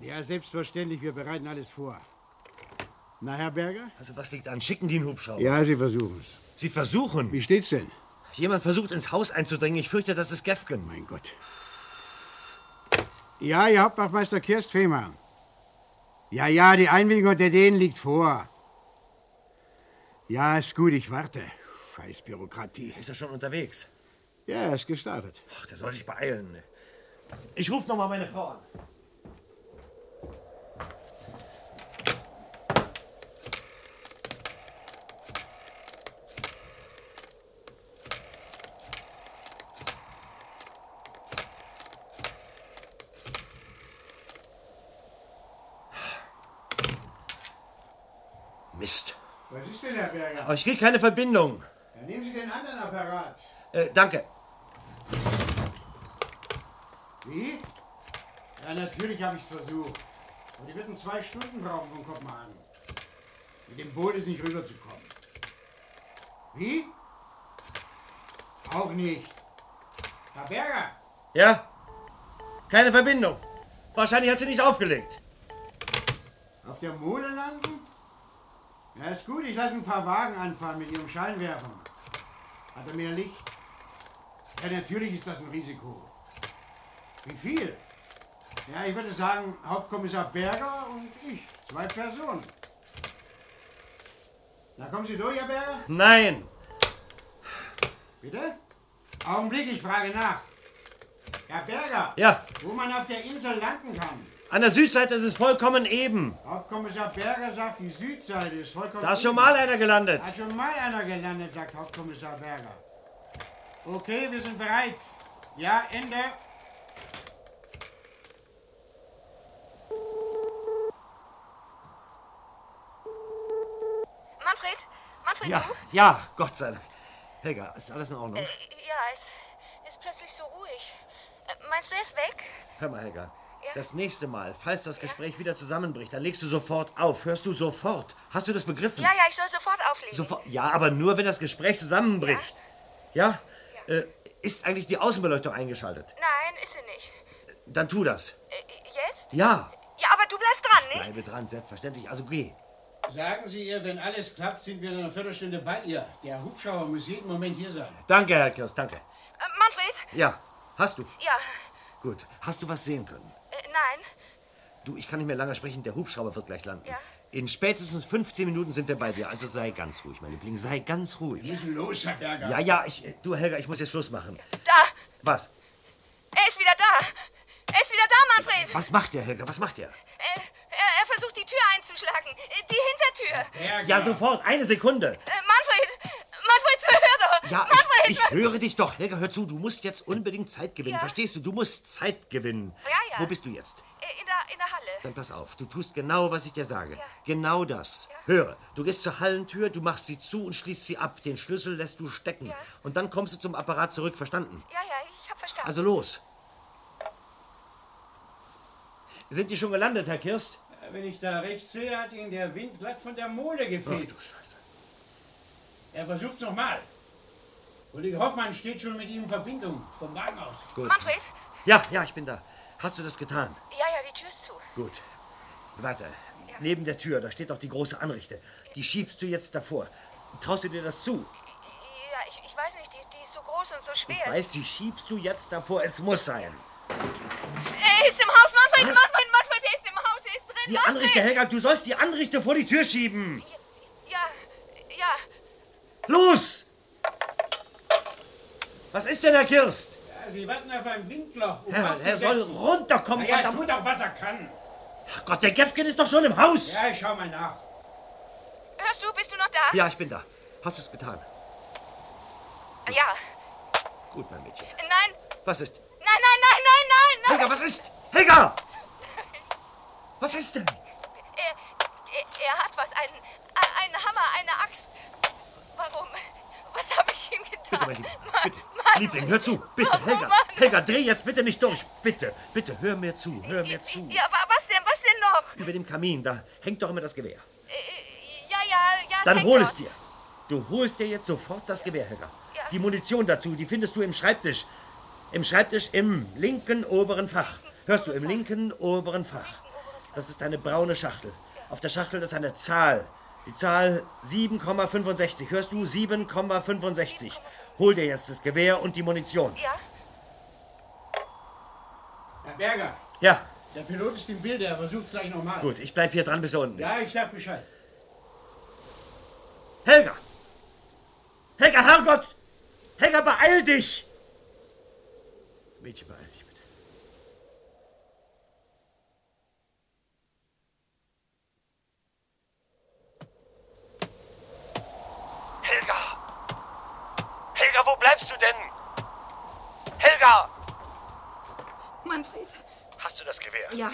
P: Ja, selbstverständlich, wir bereiten alles vor. Na, Herr Berger?
K: Also, was liegt an? Schicken die einen Hubschrauber?
P: Ja, Sie versuchen es.
K: Sie versuchen?
P: Wie steht's denn?
K: Jemand versucht, ins Haus einzudringen. Ich fürchte, das ist Gefgen.
P: Mein Gott. Ja, Ihr Hauptwachmeister Kirst Fehmer. Ja, ja, die Einwilligung der Dänen liegt vor. Ja, ist gut, ich warte. Scheiß Bürokratie.
K: Ist er schon unterwegs?
P: Ja, er ist gestartet.
K: Ach, der soll sich beeilen. Ich rufe nochmal meine Frau an. Mist.
P: Was ist denn, Herr Berger?
K: Aber ich krieg keine Verbindung.
P: Dann nehmen Sie den anderen Apparat.
K: Äh, danke.
P: Wie? Ja, natürlich habe ich es versucht. Und die würden zwei Stunden brauchen von Kopenhagen. Mit dem Boot ist nicht rüberzukommen. Wie? Auch nicht. Herr Berger!
K: Ja? Keine Verbindung. Wahrscheinlich hat sie nicht aufgelegt.
P: Auf der Mole landen? Ja, ist gut, ich lasse ein paar Wagen anfahren mit ihrem Scheinwerfer. Hat er mehr Licht? Ja, natürlich ist das ein Risiko. Wie viel? Ja, ich würde sagen, Hauptkommissar Berger und ich. Zwei Personen. Na, kommen Sie durch, Herr Berger?
K: Nein!
P: Bitte? Augenblick, ich frage nach. Herr Berger,
K: Ja,
P: wo man auf der Insel landen kann.
K: an der Südseite ist es vollkommen eben.
P: Hauptkommissar Berger sagt, die Südseite ist vollkommen...
K: Da ist schon mal einer gelandet.
P: Da hat schon mal einer gelandet, sagt Hauptkommissar Berger. Okay, wir sind bereit. Ja, Ende.
L: Manfred? Manfred,
K: Ja,
L: du?
K: ja, Gott sei Dank. Helga, ist alles in Ordnung?
L: Äh, ja, es ist plötzlich so ruhig. Äh, meinst du, er ist weg?
K: Hör mal, Helga.
L: Ja?
K: Das nächste Mal, falls das Gespräch wieder zusammenbricht, dann legst du sofort auf. Hörst du sofort? Hast du das begriffen?
L: Ja, ja, ich soll sofort auflegen.
K: Sofort. Ja, aber nur, wenn das Gespräch zusammenbricht. Ja? Äh, ist eigentlich die Außenbeleuchtung eingeschaltet?
L: Nein, ist sie nicht.
K: Dann tu das.
L: Äh, jetzt?
K: Ja.
L: Ja, aber du bleibst dran, nicht?
K: Bleibe dran, selbstverständlich. Also geh.
P: Sagen Sie ihr, wenn alles klappt, sind wir in einer Viertelstunde bei ihr. Der Hubschrauber muss jeden Moment hier sein.
K: Danke, Herr Kirst, danke.
L: Äh, Manfred?
K: Ja, hast du.
L: Ja,
K: Gut. Hast du was sehen können?
L: äh, nein.
K: Du, ich kann nicht mehr lange sprechen. Der Hubschrauber wird gleich landen.
L: Ja.
K: In spätestens 15 Minuten sind wir bei dir. Also sei ganz ruhig, mein Liebling. Sei ganz ruhig. Wir
P: müssen los, Herr Berger.
K: Ja, ja, ich, du, Helga, ich muss jetzt Schluss machen.
L: Da!
K: Was?
L: Er ist wieder da! Er ist wieder da, Manfred!
K: Was macht der, Helga? Was macht der?
L: Äh, er, er versucht, die Tür einzuschlagen. Äh, Die Hintertür.
K: Ja, sofort. Eine Sekunde.
L: Äh, Manfred! Manfred, hör doch!
K: Ja,
L: Manfred!
K: ich, ich höre dich doch. Helga, hör zu. Du musst jetzt unbedingt Zeit gewinnen.
L: Ja.
K: Verstehst du? Du musst Zeit gewinnen.
L: Ja, ja.
K: Wo bist du jetzt?
L: Äh, in, der, in der Halle.
K: Dann pass auf, du tust genau, was ich dir sage. Genau das. Höre, du gehst zur Hallentür, du machst sie zu und schließt sie ab. Den Schlüssel lässt du stecken. Und dann kommst du zum Apparat zurück, verstanden?
L: Ja, ja, ich hab verstanden.
K: Also los. Sind die schon gelandet, Herr Kirst?
P: Wenn ich da rechts sehe, hat Ihnen der Wind glatt von der Mole gefegt. Er versucht's nochmal. Kollege Hoffmann steht schon mit ihm in Verbindung, vom Wagen aus.
K: Gut.
L: Manfred?
K: Ja, ja, ich bin da. Hast du das getan?
L: Ja, ja, die Tür ist zu.
K: Gut. Weiter. Neben der Tür, da steht noch die große Anrichte. Die schiebst du jetzt davor. Traust du dir das zu?
L: Ja, ich, ich weiß nicht, die, die ist so groß und so schwer.
K: Weißt, die schiebst du jetzt davor. Es muss sein.
L: Er ist im Haus, Manfred!
K: Was?
L: Manfred, Manfred, er ist im Haus, er ist drin!
K: Die
L: Manfred!
K: Anrichte, Helga, du sollst die Anrichte vor die Tür schieben.
L: Ja, ja.
K: Los! Was ist denn, Herr Kirst?
P: Ja, Sie warten auf ein Windloch, um
K: Herr, er soll
P: aufzusetzen.
K: runterkommen,
P: Na ja,
K: verdammt.
P: tut doch, was er kann.
K: Ach Gott, der Gefgen ist doch schon im Haus.
P: Ja, ich schau mal nach.
L: Hörst du, bist du noch da?
K: Ja, ich bin da. Hast du es getan?
L: Ja.
K: Gut, mein Mädchen.
L: Nein,
K: Was ist?
L: nein, nein, nein, nein, nein, nein!
K: Helga, was ist? Helga! Was ist denn?
L: Er, er, er hat was, einen, ein- einen Hammer, eine Axt. Warum? Was habe ich ihm getan?
K: Bitte, mein Liebling, bitte. Liebling, hör zu. Bitte, Helga. Helga, dreh jetzt bitte nicht durch. Bitte, bitte, hör mir zu. Hör mir zu.
L: Ja, wa- was denn, was denn noch?
K: Über dem Kamin, da hängt doch immer das Gewehr.
L: Äh, Ja, ja, ja,
K: Dann
L: hängt
K: hol
L: dort.
K: es dir. Du holst dir jetzt sofort das Gewehr, Helga. Die Munition dazu, die findest du im Schreibtisch. Im Schreibtisch im linken oberen Fach. Hörst du, im linken oberen Fach. Das ist eine braune Schachtel. Auf der Schachtel ist eine Zahl. Die Zahl 7,65. Hörst du? 7,65. Hol dir jetzt das Gewehr und die Munition.
P: Herr Berger,
K: Ja,
P: der Pilot ist im Bilde, er versucht's gleich nochmal.
K: gut, ich bleib hier dran, bis er unten ist.
P: Ja, ich sag Bescheid.
K: Helga! Helga, Herrgott! Helga, beeil dich! Mädchen, beeil dich bitte.
Q: Helga! Helga, wo bleibst du denn? Helga!
L: Manfred.
Q: Hast du das Gewehr?
L: Ja,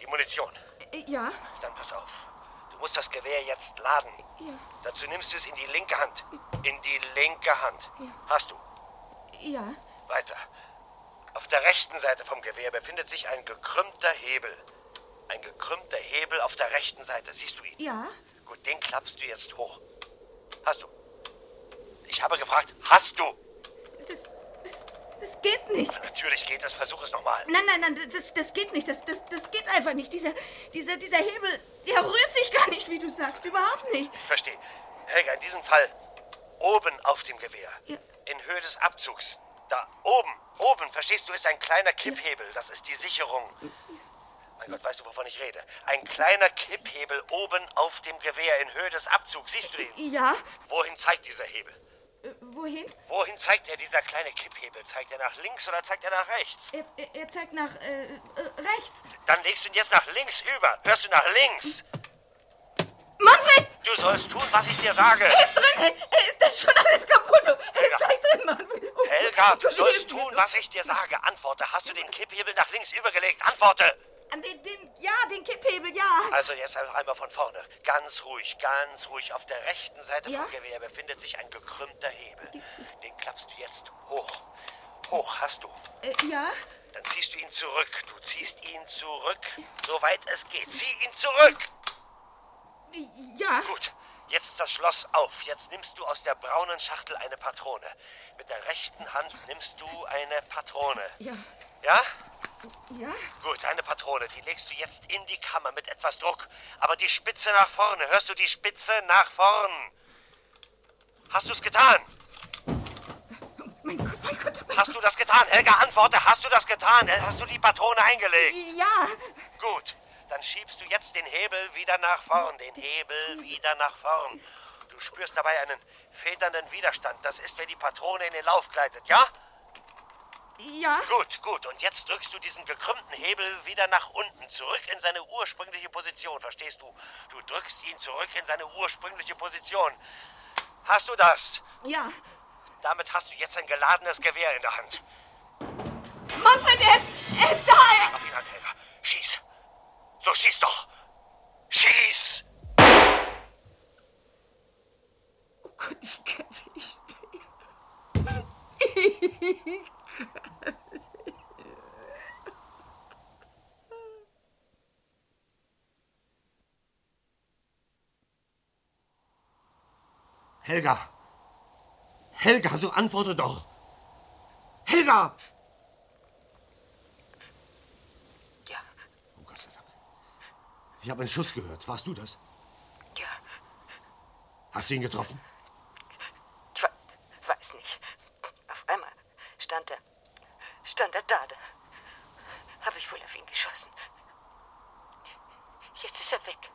Q: Die Munition?
L: äh, ja,
Q: Dann pass auf. Du musst das Gewehr jetzt laden.
L: ja,
Q: Dazu nimmst du es in die linke Hand. In die linke Hand. Hast du.
L: ja.
Q: Weiter. Auf der rechten Seite vom Gewehr befindet sich ein gekrümmter Hebel. Ein gekrümmter Hebel auf der rechten Seite. Siehst du ihn?
L: Ja,
Q: Gut, den klappst du jetzt hoch. Hast du. Ich habe gefragt, hast du?
L: das geht nicht.
Q: Natürlich geht das. Versuch es nochmal.
L: Nein, nein, nein, das, das geht nicht. Das, das, das geht einfach nicht. Dieser, dieser, dieser Hebel, der rührt sich gar nicht, wie du sagst. Überhaupt nicht.
Q: Ich verstehe. Helga, in diesem Fall oben auf dem Gewehr.
L: Ja.
Q: In Höhe des Abzugs. Da oben, oben, verstehst du, ist ein kleiner Kipphebel. Das ist die Sicherung.
K: Mein Gott, weißt du, wovon ich rede? Ein kleiner Kipphebel oben auf dem Gewehr in Höhe des Abzugs. Siehst du den?
R: Ja,
K: Wohin zeigt dieser Hebel?
R: äh, wohin?
K: Wohin zeigt er, dieser kleine Kipphebel? Zeigt er nach links oder zeigt er nach rechts?
R: Er, er- er zeigt nach äh, äh, rechts.
K: Dann legst du ihn jetzt nach links über. Hörst du nach links?
R: Manfred!
K: Du sollst tun, was ich dir sage.
R: Er ist
L: Äh,
R: drin! Er, er ist das ist schon alles kaputt! Er ist gleich drin, Manfred! Oh,
K: Helga, du
R: Gott,
K: sollst
R: hilf mir.
K: tun, was ich dir sage. Antworte. Hast du den Kipphebel nach links übergelegt? Antworte.
R: An den, den, ja, den Kipphebel, ja!
K: Also jetzt noch einmal von vorne. Ganz ruhig, ganz ruhig. Auf der rechten Seite vom Gewehr befindet sich ein gekrümmter Hebel. Den klappst du jetzt hoch. Hoch hast du.
R: Äh, ja,
K: Dann ziehst du ihn zurück. Du ziehst ihn zurück, soweit es geht. Zieh ihn zurück.
R: ja.
K: Gut. Jetzt das Schloss auf. Jetzt nimmst du aus der braunen Schachtel eine Patrone. Mit der rechten Hand nimmst du eine Patrone.
R: Ja,
K: Ja?
R: ja.
K: Gut, eine Patrone. Die legst du jetzt in die Kammer mit etwas Druck. Aber die Spitze nach vorne. Hörst du die Spitze nach vorn? Hast du es getan?
R: Mein Gott, mein Gott.
K: Hast du das getan? Helga, antworte. Hast du das getan? Äh, Hast du die Patrone eingelegt?
R: Ja.
K: Gut, dann schiebst du jetzt den Hebel wieder nach vorn. Den Hebel wieder nach vorn. Du spürst dabei einen federnden Widerstand. Das ist, wenn die Patrone in den Lauf gleitet, ja?
R: Ja.
K: Gut, gut. Und jetzt drückst du diesen gekrümmten Hebel wieder nach unten, zurück in seine ursprüngliche Position, verstehst du? Du drückst ihn zurück in seine ursprüngliche Position. Hast du das?
R: Ja.
K: Damit hast du jetzt ein geladenes Gewehr in der Hand.
R: Manfred, er ist, er ist da!
K: Auf ihn an, Helga. Schieß. So schieß doch. Schieß!
R: Oh Gott, ich kann nicht mehr. Ich kann
K: Helga! Helga, so antworte doch! Helga!
R: Ja.
K: Oh Gott sei Dank. Ich habe einen Schuss gehört. Warst du das?
R: Ja.
K: Hast du ihn getroffen?
L: Ich we- <laughs> weiß nicht. Auf einmal stand er, stand er da. da. Habe ich wohl auf ihn geschossen. Jetzt ist er weg.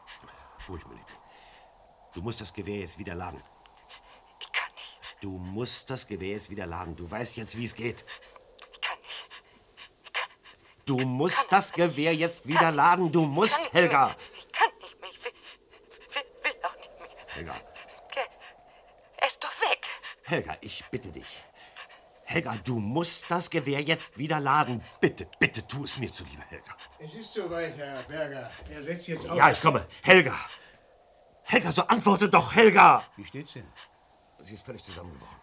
K: Ruhig, mein Liebling. Du musst das Gewehr jetzt wieder laden.
L: Ich kann
K: nicht. Du musst das Gewehr jetzt wieder laden. Du weißt jetzt, wie es geht. Ich kann nicht. Du musst das Gewehr jetzt wieder laden. Du musst,
L: nicht
K: Helga.
L: Mehr. Ich kann nicht mehr. Ich will, will, will auch nicht mehr.
K: Helga,
L: Er ist doch weg.
K: Helga, ich bitte dich. Helga, du musst das Gewehr jetzt wieder laden. Bitte, bitte, tu es mir zuliebe, Helga.
P: Es ist soweit, Herr Berger. Er setzt jetzt auf.
K: Ja, ich komme. Helga. Helga, so antworte doch, Helga.
P: Wie steht's denn?
K: Sie ist völlig zusammengebrochen.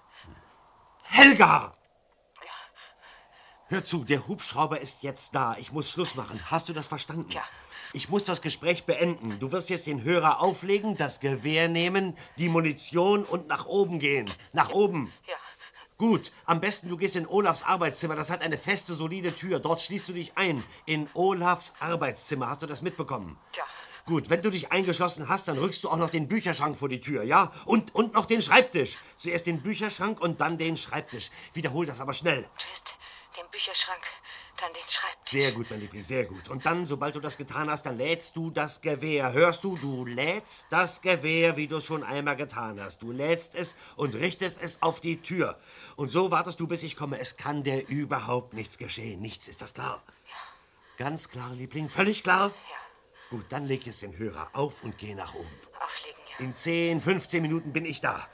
K: Helga! Hör zu, der Hubschrauber ist jetzt da. Ich muss Schluss machen. Hast du das verstanden? Ja. Ich muss das Gespräch beenden. Du wirst jetzt den Hörer auflegen, das Gewehr nehmen, die Munition und nach oben gehen. Nach oben. Ja. Gut, am besten du gehst in Olafs Arbeitszimmer. Das hat eine feste, solide Tür. Dort schließt du dich ein. In Olafs Arbeitszimmer. Hast du das mitbekommen?
L: Ja.
K: Gut, wenn du dich eingeschlossen hast, dann rückst du auch noch den Bücherschrank vor die Tür, ja? Und, und noch den Schreibtisch. Zuerst den Bücherschrank und dann den Schreibtisch. Wiederhol das aber schnell.
L: Zuerst den Bücherschrank, dann den Schreibtisch.
K: Sehr gut, mein Liebling, sehr gut. Und dann, sobald du das getan hast, dann lädst du das Gewehr. Hörst du, du lädst das Gewehr, wie du es schon einmal getan hast. Du lädst es und richtest es auf die Tür. Und so wartest du, bis ich komme. Es kann dir überhaupt nichts geschehen. Nichts, ist das klar? Ja. Ganz klar, Liebling, völlig klar? Ja. Gut, dann leg jetzt den Hörer auf und geh nach oben.
L: Auflegen,
K: ja. In 10, 15 Minuten bin ich da.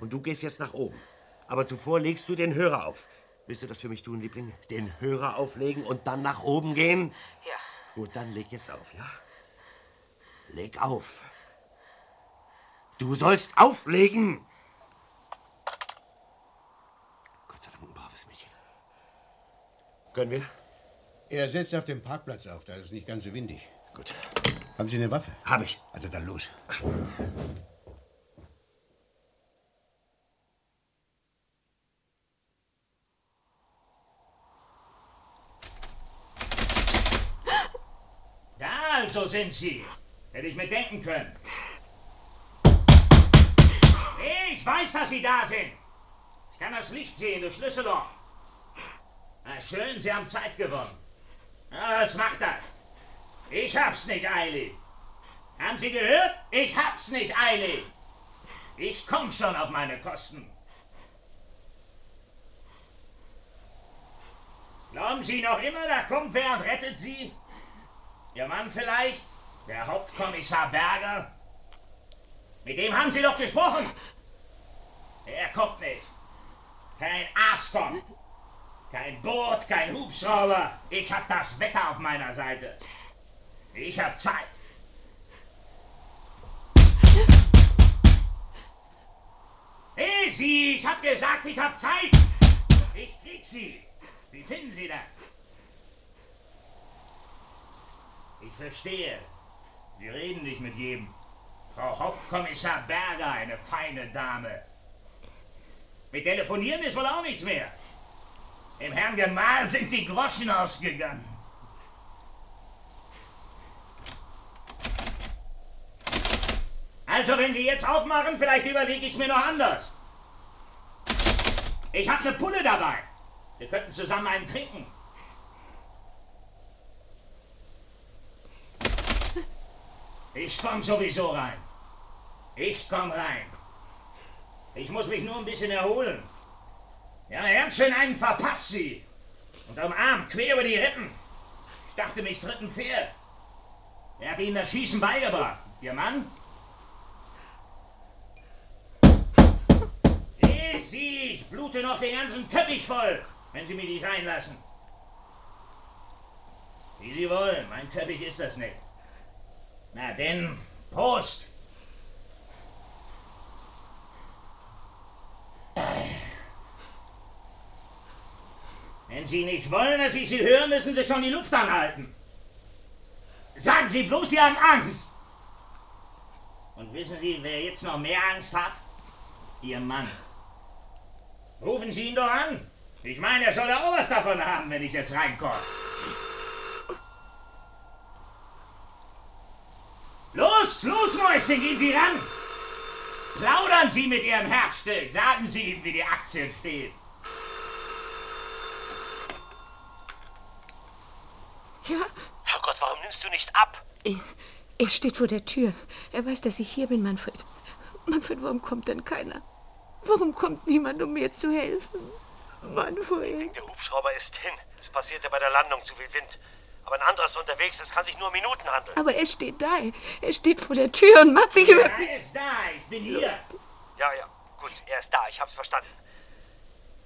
K: Und du gehst jetzt nach oben. Aber zuvor legst du den Hörer auf. Willst du das für mich tun, Liebling? Den Hörer auflegen und dann nach oben gehen?
L: Ja.
K: Gut, dann leg jetzt auf, ja? Leg auf. Du sollst auflegen! Gott sei Dank, ein braves Mädchen. Können wir?
P: Er setzt auf dem Parkplatz auf, da ist es nicht ganz so windig. Gut. Haben Sie eine Waffe?
K: Habe ich.
P: Also dann los.
S: Da also sind Sie. Hätte ich mir denken können. Ich weiß, dass Sie da sind. Ich kann das Licht sehen durch Schlüsselloch. Na schön, Sie haben Zeit gewonnen. Ja, was macht das? Ich hab's nicht eilig. Haben Sie gehört? Ich hab's nicht eilig. Ich komm schon auf meine Kosten. Glauben Sie noch immer, da kommt wer und rettet Sie? Ihr Mann vielleicht? Der Hauptkommissar Berger? Mit dem haben Sie doch gesprochen. Er kommt nicht. Kein Aas kommt. Kein Boot, kein Hubschrauber. Ich hab das Wetter auf meiner Seite. Ich hab Zeit. Hey, Sie, ich hab gesagt, ich hab Zeit. Ich krieg Sie. Wie finden Sie das? Ich verstehe. Sie reden nicht mit jedem. Frau Hauptkommissar Berger, eine feine Dame. Mit Telefonieren ist wohl auch nichts mehr. Im Herrn Gemahl sind die Groschen ausgegangen. Also, wenn Sie jetzt aufmachen, vielleicht überlege ich mir noch anders. Ich habe eine Pulle dabei. Wir könnten zusammen einen trinken. Ich komm sowieso rein. Ich komm rein. Ich muss mich nur ein bisschen erholen. Ja, ganz schön einen verpasst sie. Und am Arm, quer über die Rippen. Ich dachte, mich tritt ein Pferd. Er hat ihnen das Schießen beigebracht. Ihr Mann? Ich, sie, ich blute noch den ganzen Teppich voll, wenn sie mich nicht reinlassen. Wie sie wollen, mein Teppich ist das nicht. Na denn, Prost! Wenn Sie nicht wollen, dass ich Sie höre, müssen Sie schon die Luft anhalten. Sagen Sie bloß, Sie haben Angst. Und wissen Sie, wer jetzt noch mehr Angst hat? Ihr Mann. Rufen Sie ihn doch an. Ich meine, er soll ja auch was davon haben, wenn ich jetzt reinkomme. Los, los, Mäuschen, gehen Sie ran! Plaudern Sie mit Ihrem Herzstück, sagen Sie ihm, wie die Aktien stehen.
L: Ja,
S: Herrgott, warum nimmst du nicht ab?
L: er, er steht vor der Tür. Er weiß, dass ich hier bin, Manfred. Manfred, warum kommt denn keiner? Warum kommt niemand, um mir zu helfen? Manfred.
K: Der Hubschrauber ist hin. Es passierte bei der Landung zu viel Wind. Aber ein anderer ist unterwegs. Es kann sich nur um Minuten handeln.
L: Aber er steht da. Er steht vor der Tür und macht sich über...
S: Er ist da, ich bin hier.
K: Ja, ja. Gut, er ist da. Ich hab's verstanden.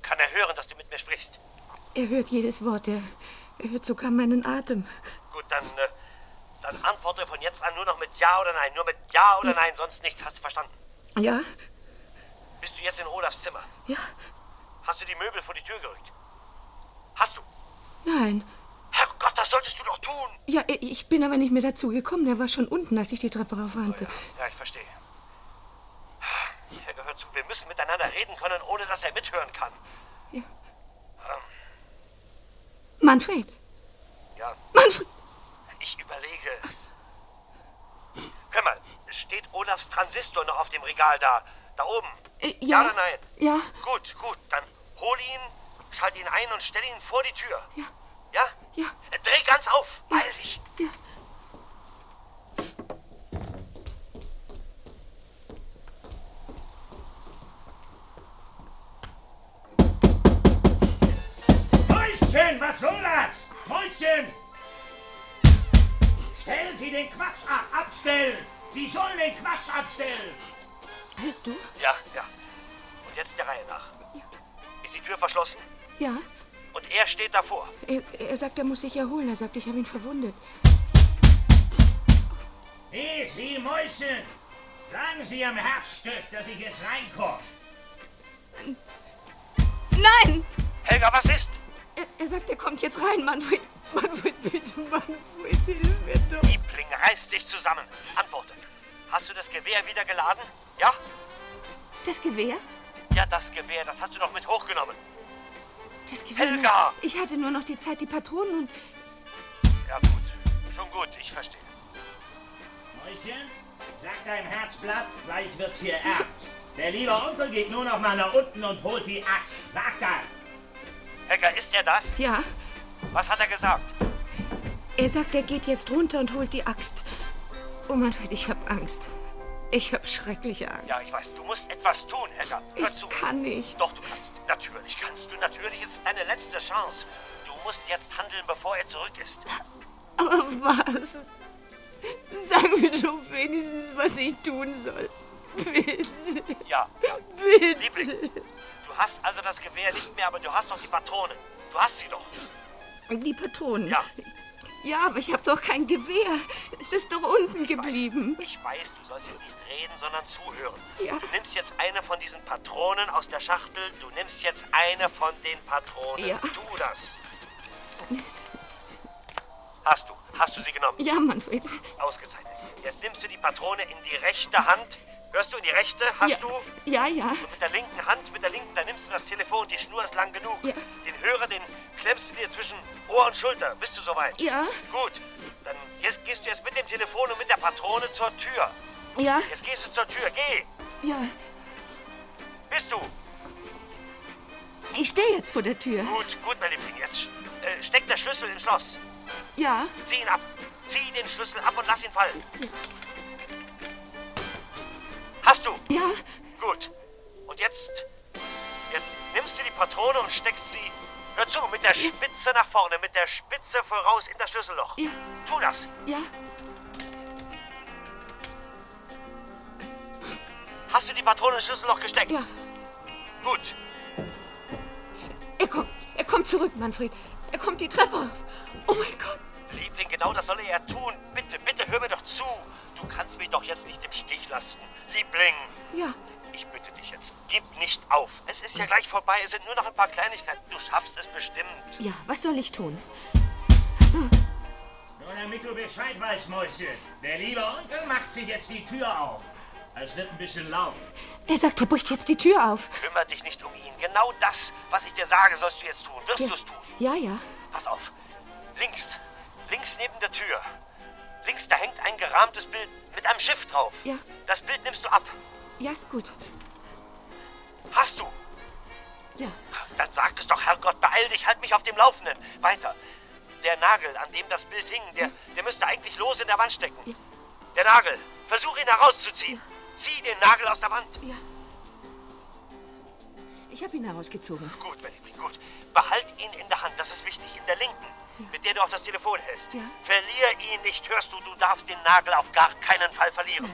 K: Kann er hören, dass du mit mir sprichst?
L: Er hört jedes Wort. Er, er hört sogar meinen Atem.
K: Gut, dann, äh, dann antworte von jetzt an nur noch mit Ja oder Nein. Nur mit Ja
L: Hm.
K: oder Nein, sonst nichts. Hast du verstanden?
L: Ja,
K: Bist du jetzt in Olafs Zimmer?
L: Ja.
K: Hast du die Möbel vor die Tür gerückt? Hast du?
L: nein.
K: Gott, das solltest du doch tun.
L: Ja, i- ich bin aber nicht mehr dazu gekommen. Er war schon unten, als ich die Treppe raufrannte.
K: Ja, ich verstehe. Er gehört zu. Wir müssen miteinander reden können, ohne dass er mithören kann.
L: Ja.
K: Ähm,
L: Manfred,
K: ja.
L: Manfred!
K: Ich überlege. Hör mal, steht Olafs Transistor noch auf dem Regal da? Da oben?
L: Äh,
K: ja
L: ja.
K: oder nein?
L: Ja.
K: Gut, gut. Dann hol ihn, schalt ihn ein und stell ihn vor die Tür.
L: Ja.
K: Ja?
L: Ja.
K: Äh, Dreh ganz auf. Beeil dich.
L: Ja.
S: Mäuschen, was soll das? Mäuschen! Stellen Sie den Quatsch ab, abstellen! Sie sollen den Quatsch abstellen!
L: hörst du?
K: Ja, ja. Und jetzt der Reihe nach. Ist die Tür verschlossen?
L: Ja,
K: Und er steht davor.
L: er, er sagt, er muss sich erholen. Er sagt, ich habe ihn verwundet.
S: Hey, Sie Mäuschen! Sagen Sie Ihrem Herzstück, dass ich jetzt reinkomme.
L: Nein!
K: Helga, was ist?
L: Er, er sagt, er kommt jetzt rein, Manfred. Manfred, bitte, Manfred, hilf mir doch.
K: Liebling, reiß dich zusammen. Antworte. Hast du das Gewehr wieder geladen? Ja?
L: Das Gewehr?
K: Ja, das Gewehr, das hast du doch mit hochgenommen.
L: Das Gewehr?
K: Helga!
L: Ich hatte nur noch die Zeit, die Patronen und...
K: Ja, gut. Schon gut, ich verstehe.
S: Mäuschen, sag deinem Herzblatt, gleich wird's hier ernst. Der liebe Onkel geht nur noch mal nach unten und holt die Axt. Sag das!
K: Helga, ist er das?
L: Ja.
K: Was hat er gesagt?
L: Er sagt, er geht jetzt runter und holt die Axt. Oh Manfred, ich hab Angst. Ich hab schreckliche Angst.
K: Ja, ich weiß, du musst etwas tun, Helga. Hör zu. Ich
L: kann nicht.
K: Doch, du kannst. Natürlich kannst du. Natürlich ist es deine letzte Chance. Du musst jetzt handeln, bevor er zurück ist.
L: Aber was? Sag mir doch wenigstens, was ich tun soll. Bitte.
K: Ja, ja.
L: Bitte.
K: Liebling, du hast also das Gewehr nicht mehr, aber du hast doch die Patrone. Du hast sie doch.
L: Die Patronen. Ja. Ja, aber ich hab doch kein Gewehr. Das ist doch unten geblieben.
K: Ich weiß, du sollst jetzt nicht reden, sondern zuhören.
L: Ja.
K: Du nimmst jetzt eine von diesen Patronen aus der Schachtel. Du nimmst jetzt eine von den Patronen.
L: Ja.
K: Tu das. Hast du? Hast du sie genommen?
L: Ja, Manfred.
K: Ausgezeichnet. Jetzt nimmst du die Patrone in die rechte Hand. Hörst du in die rechte? Hast du?
L: Ja, ja.
K: Mit der linken Hand, mit der linken, da nimmst du das Telefon. Die Schnur ist lang genug. Den Hörer, den klemmst du dir zwischen Ohr und Schulter. Bist du soweit?
L: Ja.
K: Gut. Dann jetzt gehst du jetzt mit dem Telefon und mit der Patrone zur Tür.
L: Ja.
K: Jetzt gehst du zur Tür. Geh.
L: Ja.
K: Bist du?
L: Ich stehe jetzt vor der Tür.
K: Gut, gut, mein Liebling. Jetzt sch- äh, steck der Schlüssel im Schloss.
L: Ja.
K: Zieh ihn ab. Zieh den Schlüssel ab und lass ihn fallen. Hast du?
L: Ja.
K: Gut. Und jetzt. Jetzt nimmst du die Patrone und steckst sie. Hör zu, mit der Spitze nach vorne, mit der Spitze voraus in das Schlüsselloch.
L: Ja.
K: Tu das.
L: Ja.
K: Hast du die Patrone ins Schlüsselloch gesteckt?
L: Ja.
K: Gut.
L: Er kommt. Er kommt zurück, Manfred. Er kommt die Treppe auf. Oh mein Gott.
K: Liebling, genau das soll er ja tun. Bitte, bitte hör mir doch zu. Du kannst mich doch jetzt nicht im Stich lassen. Liebling,
L: Ja.
K: ich bitte dich jetzt, gib nicht auf. Es ist ja gleich vorbei, es sind nur noch ein paar Kleinigkeiten. Du schaffst es bestimmt.
L: Ja, was soll ich tun?
S: Nur damit du Bescheid weißt, Mäuschen. Der liebe Onkel macht sich jetzt die Tür auf. Es wird ein bisschen laut.
L: Er sagt, er bricht jetzt die Tür auf.
K: Kümmer dich nicht um ihn. Genau das, was ich dir sage, sollst du jetzt tun. Wirst du es tun.
L: Ja, ja.
K: Pass auf. Links. Links neben der Tür. Links, da hängt ein gerahmtes Bild mit einem Schiff drauf.
L: Ja.
K: Das Bild nimmst du ab.
L: Ja, ist gut.
K: Hast du?
L: Ja.
K: Dann sag es doch, Herrgott, beeil dich, halt mich auf dem Laufenden. Weiter. Der Nagel, an dem das Bild hing, der, der müsste eigentlich lose in der Wand stecken. Der Nagel, versuch ihn herauszuziehen. Zieh den Nagel aus der Wand.
L: Ja. Ich habe ihn herausgezogen.
K: Gut, mein Liebling, gut. Behalt ihn in der Hand, das ist wichtig, in der linken, mit der du auch das Telefon hältst.
L: Ja.
K: Verlier ihn nicht, hörst du, du darfst den Nagel auf gar keinen Fall verlieren.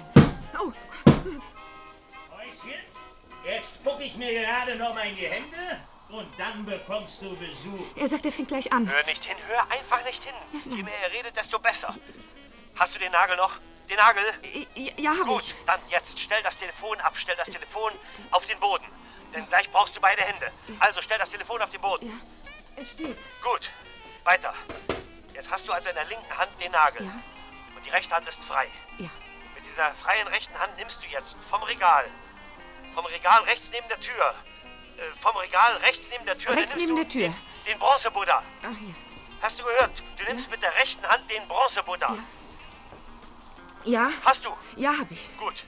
S: Mäuschen, jetzt spuck ich mir gerade noch mal in die Hände und dann bekommst du Besuch.
L: Er sagt, er fängt gleich an.
K: Hör nicht hin, hör einfach nicht hin. Je mehr er redet, desto besser. Hast du den Nagel noch? Den Nagel?
L: Ja, hab
K: Gut, dann jetzt stell das Telefon ab, stell das Telefon auf den Boden. Denn gleich brauchst du beide Hände. Also stell das Telefon auf den Boden.
L: Es steht.
K: Gut, weiter. Jetzt hast du also in der linken Hand den Nagel. Und die rechte Hand ist frei.
L: Ja.
K: Mit dieser freien rechten Hand nimmst du jetzt vom Regal. Vom Regal rechts neben der Tür. Äh, vom Regal rechts neben der Tür. dann
L: Rechts
K: nimmst
L: neben
K: du
L: der Tür. Ah,
K: den Bronzebuddha.
L: Ach ja.
K: Hast du gehört? Du nimmst mit der rechten Hand den Bronzebuddha.
L: Ja?
K: Hast du?
L: Ja, hab ich.
K: Gut.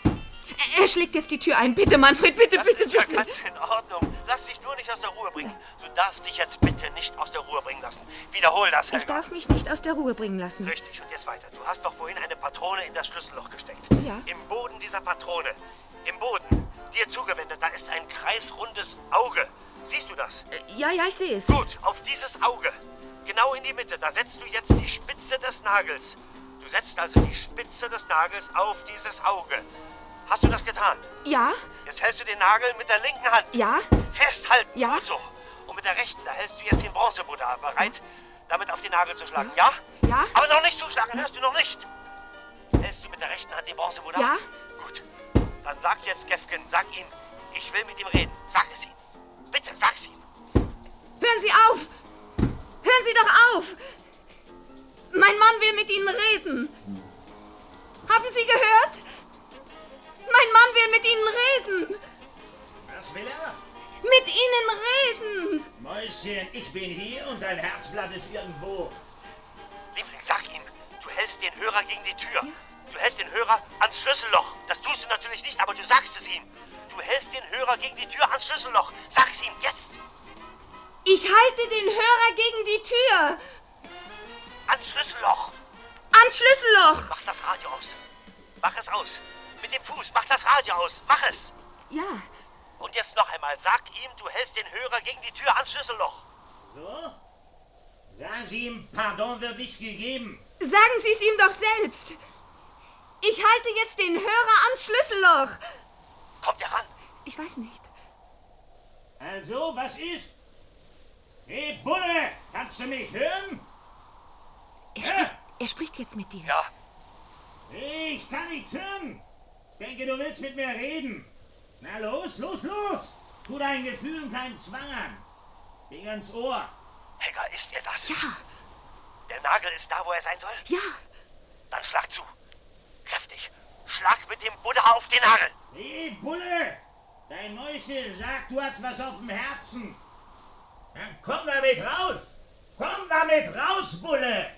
L: Er- Er schlägt jetzt die Tür ein. Bitte, Manfred, bitte,
K: das
L: bitte,
K: ist ja
L: bitte.
K: ganz in Ordnung. Lass dich nur nicht aus der Ruhe bringen. Du darfst dich jetzt bitte nicht aus der Ruhe bringen lassen. Wiederhol das,
L: Ich
K: Helga.
L: darf mich nicht aus der Ruhe bringen lassen.
K: Richtig, und jetzt weiter. Du hast doch vorhin eine Patrone in das Schlüsselloch gesteckt.
L: Ja.
K: Im Boden dieser Patrone, im Boden, dir zugewendet, da ist ein kreisrundes Auge. Siehst du das?
L: Äh, Ja, ja, ich sehe es.
K: Gut, auf dieses Auge, genau in die Mitte, da setzt du jetzt die Spitze des Nagels. Du setzt also die Spitze des Nagels auf dieses Auge. Hast du das getan?
L: Ja?
K: Jetzt hältst du den Nagel mit der linken Hand.
L: Ja?
K: Festhalten. Ja. Gut so. Und mit der rechten, da hältst du jetzt den Bronzebuddha bereit, damit auf den Nagel zu schlagen. Ja?
L: Ja?
K: Aber noch nicht zuschlagen, hörst du noch nicht? Hältst du mit der rechten Hand den Bronzebuddha?
L: Ja?
K: Gut. Dann sag jetzt Gefgen, sag ihm, ich will mit ihm reden. Sag es ihm. Bitte, sag's ihm.
L: Hören Sie auf! Hören Sie doch auf! Mein Mann will mit Ihnen reden. Haben Sie gehört? Mein Mann will mit Ihnen reden.
S: Was will er?
L: Mit Ihnen reden.
S: Mäuschen, ich bin hier und dein Herzblatt ist irgendwo.
K: Liebling, sag ihm, du hältst den Hörer gegen die Tür. Du hältst den Hörer ans Schlüsselloch. Das tust du natürlich nicht, aber du sagst es ihm. Du hältst den Hörer gegen die Tür ans Schlüsselloch. Sag's ihm jetzt.
L: Ich halte den Hörer gegen die Tür.
T: Ans Schlüsselloch.
U: Ans Schlüsselloch.
T: Mach das Radio aus. Mach es aus. Mit dem Fuß. Mach das Radio aus. Mach es.
U: Ja.
T: Und jetzt noch einmal. Sag ihm, du hältst den Hörer gegen die Tür ans Schlüsselloch.
S: So? Sagen Sie ihm, Pardon wird nicht gegeben.
U: Sagen Sie es ihm doch selbst. Ich halte jetzt den Hörer ans Schlüsselloch.
T: Kommt er ran?
U: Ich weiß nicht.
S: Also, was ist? Hey, Bulle, kannst du mich hören?
U: Er spricht, er spricht jetzt mit dir. Ja.
S: Ich kann nichts hören. Denke, du willst mit mir reden. Na los, los, los. Tu dein Gefühl und keinen Zwang an. Ding ans Ohr.
T: Helga, ist er das? Ja. Der Nagel ist da, wo er sein soll?
U: Ja.
T: Dann schlag zu. Kräftig. Schlag mit dem Buddha auf den Nagel.
S: Hey, Bulle, dein Mäuschen sagt, du hast was auf dem Herzen. Dann komm damit raus. Komm damit raus, Bulle.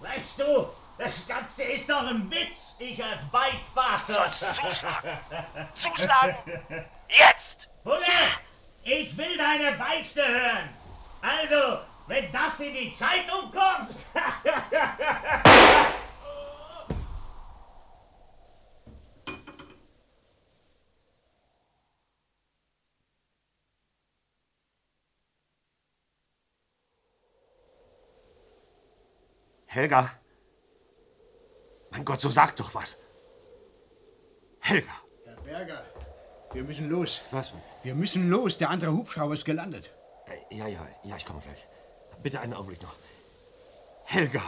S: Weißt du, das Ganze ist doch ein Witz. Ich als Beichtvater.
T: Sollst zuschlagen. Zuschlagen. Jetzt.
S: Bulle, ich will deine Beichte hören. Also, wenn das in die Zeitung kommt.
T: <laughs>
S: <laughs>
T: Helga. Mein Gott, so sag doch was. Helga.
P: Herr Berger, wir müssen los.
K: Was?
P: Wir müssen los. Der andere Hubschrauber ist gelandet.
K: Äh, Ja, ja, ja, ich komme gleich.
T: Bitte einen Augenblick noch. Helga.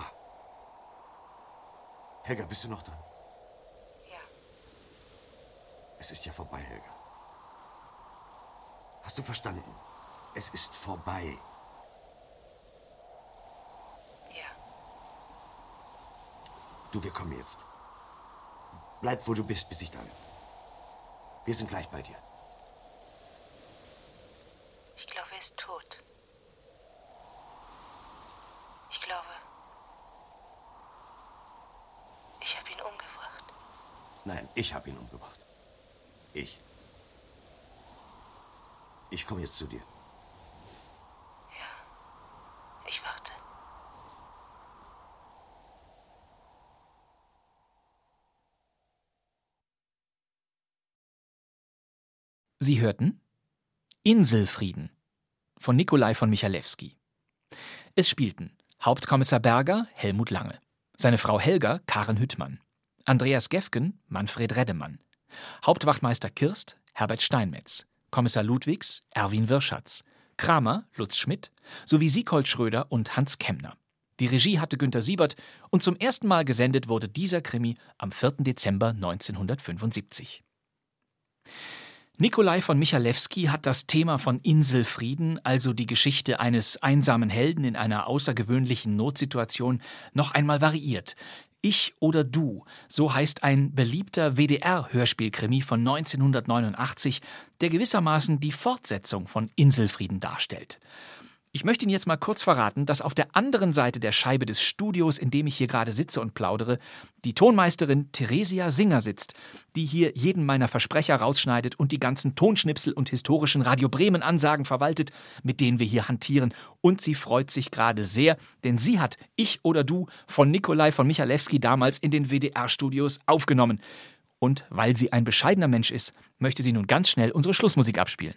K: Helga, bist du noch dran?
L: Ja.
K: Es ist ja vorbei, Helga. Hast du verstanden? Es ist vorbei.
L: Ja.
K: Du, wir kommen jetzt. Bleib, wo du bist, bis ich da bin. Wir sind gleich bei dir.
L: Ich glaube, er ist tot. Ich glaube, ich habe ihn umgebracht.
K: Nein, ich habe ihn umgebracht. Ich. Ich komme jetzt zu dir.
L: Ich warte.
B: Sie hörten Inselfrieden von Nikolai von Michalewski. Es spielten Hauptkommissar Berger Helmut Lange, seine Frau Helga Karen Hüttmann, Andreas Gefgen Manfred Reddemann, Hauptwachtmeister Kirst Herbert Steinmetz, Kommissar Ludwigs Erwin Wirschatz, Kramer Lutz Schmidt sowie Siegold Schröder und Hans Kemner. Die Regie hatte Günter Siebert und zum ersten Mal gesendet wurde dieser Krimi am 4. Dezember 1975. Nikolai von Michalewski hat das Thema von Inselfrieden, also die Geschichte eines einsamen Helden in einer außergewöhnlichen Notsituation, noch einmal variiert. Ich oder du, so heißt ein beliebter WDR-Hörspielkrimi von 1989, der gewissermaßen die Fortsetzung von Inselfrieden darstellt. Ich möchte Ihnen jetzt mal kurz verraten, dass auf der anderen Seite der Scheibe des Studios, in dem ich hier gerade sitze und plaudere, die Tonmeisterin Theresia Singer sitzt, die hier jeden meiner Versprecher rausschneidet und die ganzen Tonschnipsel und historischen Radio Bremen Ansagen verwaltet, mit denen wir hier hantieren. Und sie freut sich gerade sehr, denn sie hat Ich oder Du von Nikolai von Michalewski damals in den WDR-Studios aufgenommen. Und weil sie ein bescheidener Mensch ist, möchte sie nun ganz schnell unsere Schlussmusik abspielen.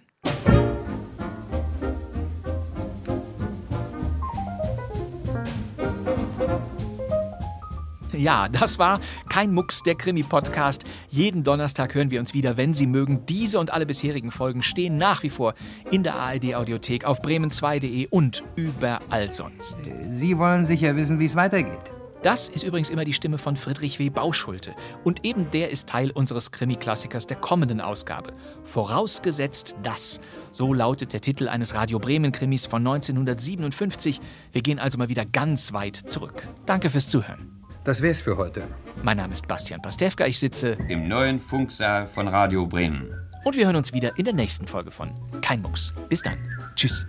B: Ja, das war kein Mucks, der Krimi-Podcast. Jeden Donnerstag hören wir uns wieder, wenn Sie mögen. Diese und alle bisherigen Folgen stehen nach wie vor in der ARD-Audiothek auf bremen2.de und überall sonst.
V: Sie wollen sicher wissen, wie es weitergeht.
B: Das ist übrigens immer die Stimme von Friedrich W. Bauschulte. Und eben der ist Teil unseres Krimi-Klassikers der kommenden Ausgabe. Vorausgesetzt das. So lautet der Titel eines Radio Bremen-Krimis von 1957. Wir gehen also mal wieder ganz weit zurück. Danke fürs Zuhören.
V: Das wär's für heute.
B: Mein Name ist Bastian Pastewka. Ich sitze
W: Im neuen Funksaal von Radio Bremen.
B: und wir hören uns wieder in der nächsten Folge von Kein Mucks. Bis dann. Tschüss.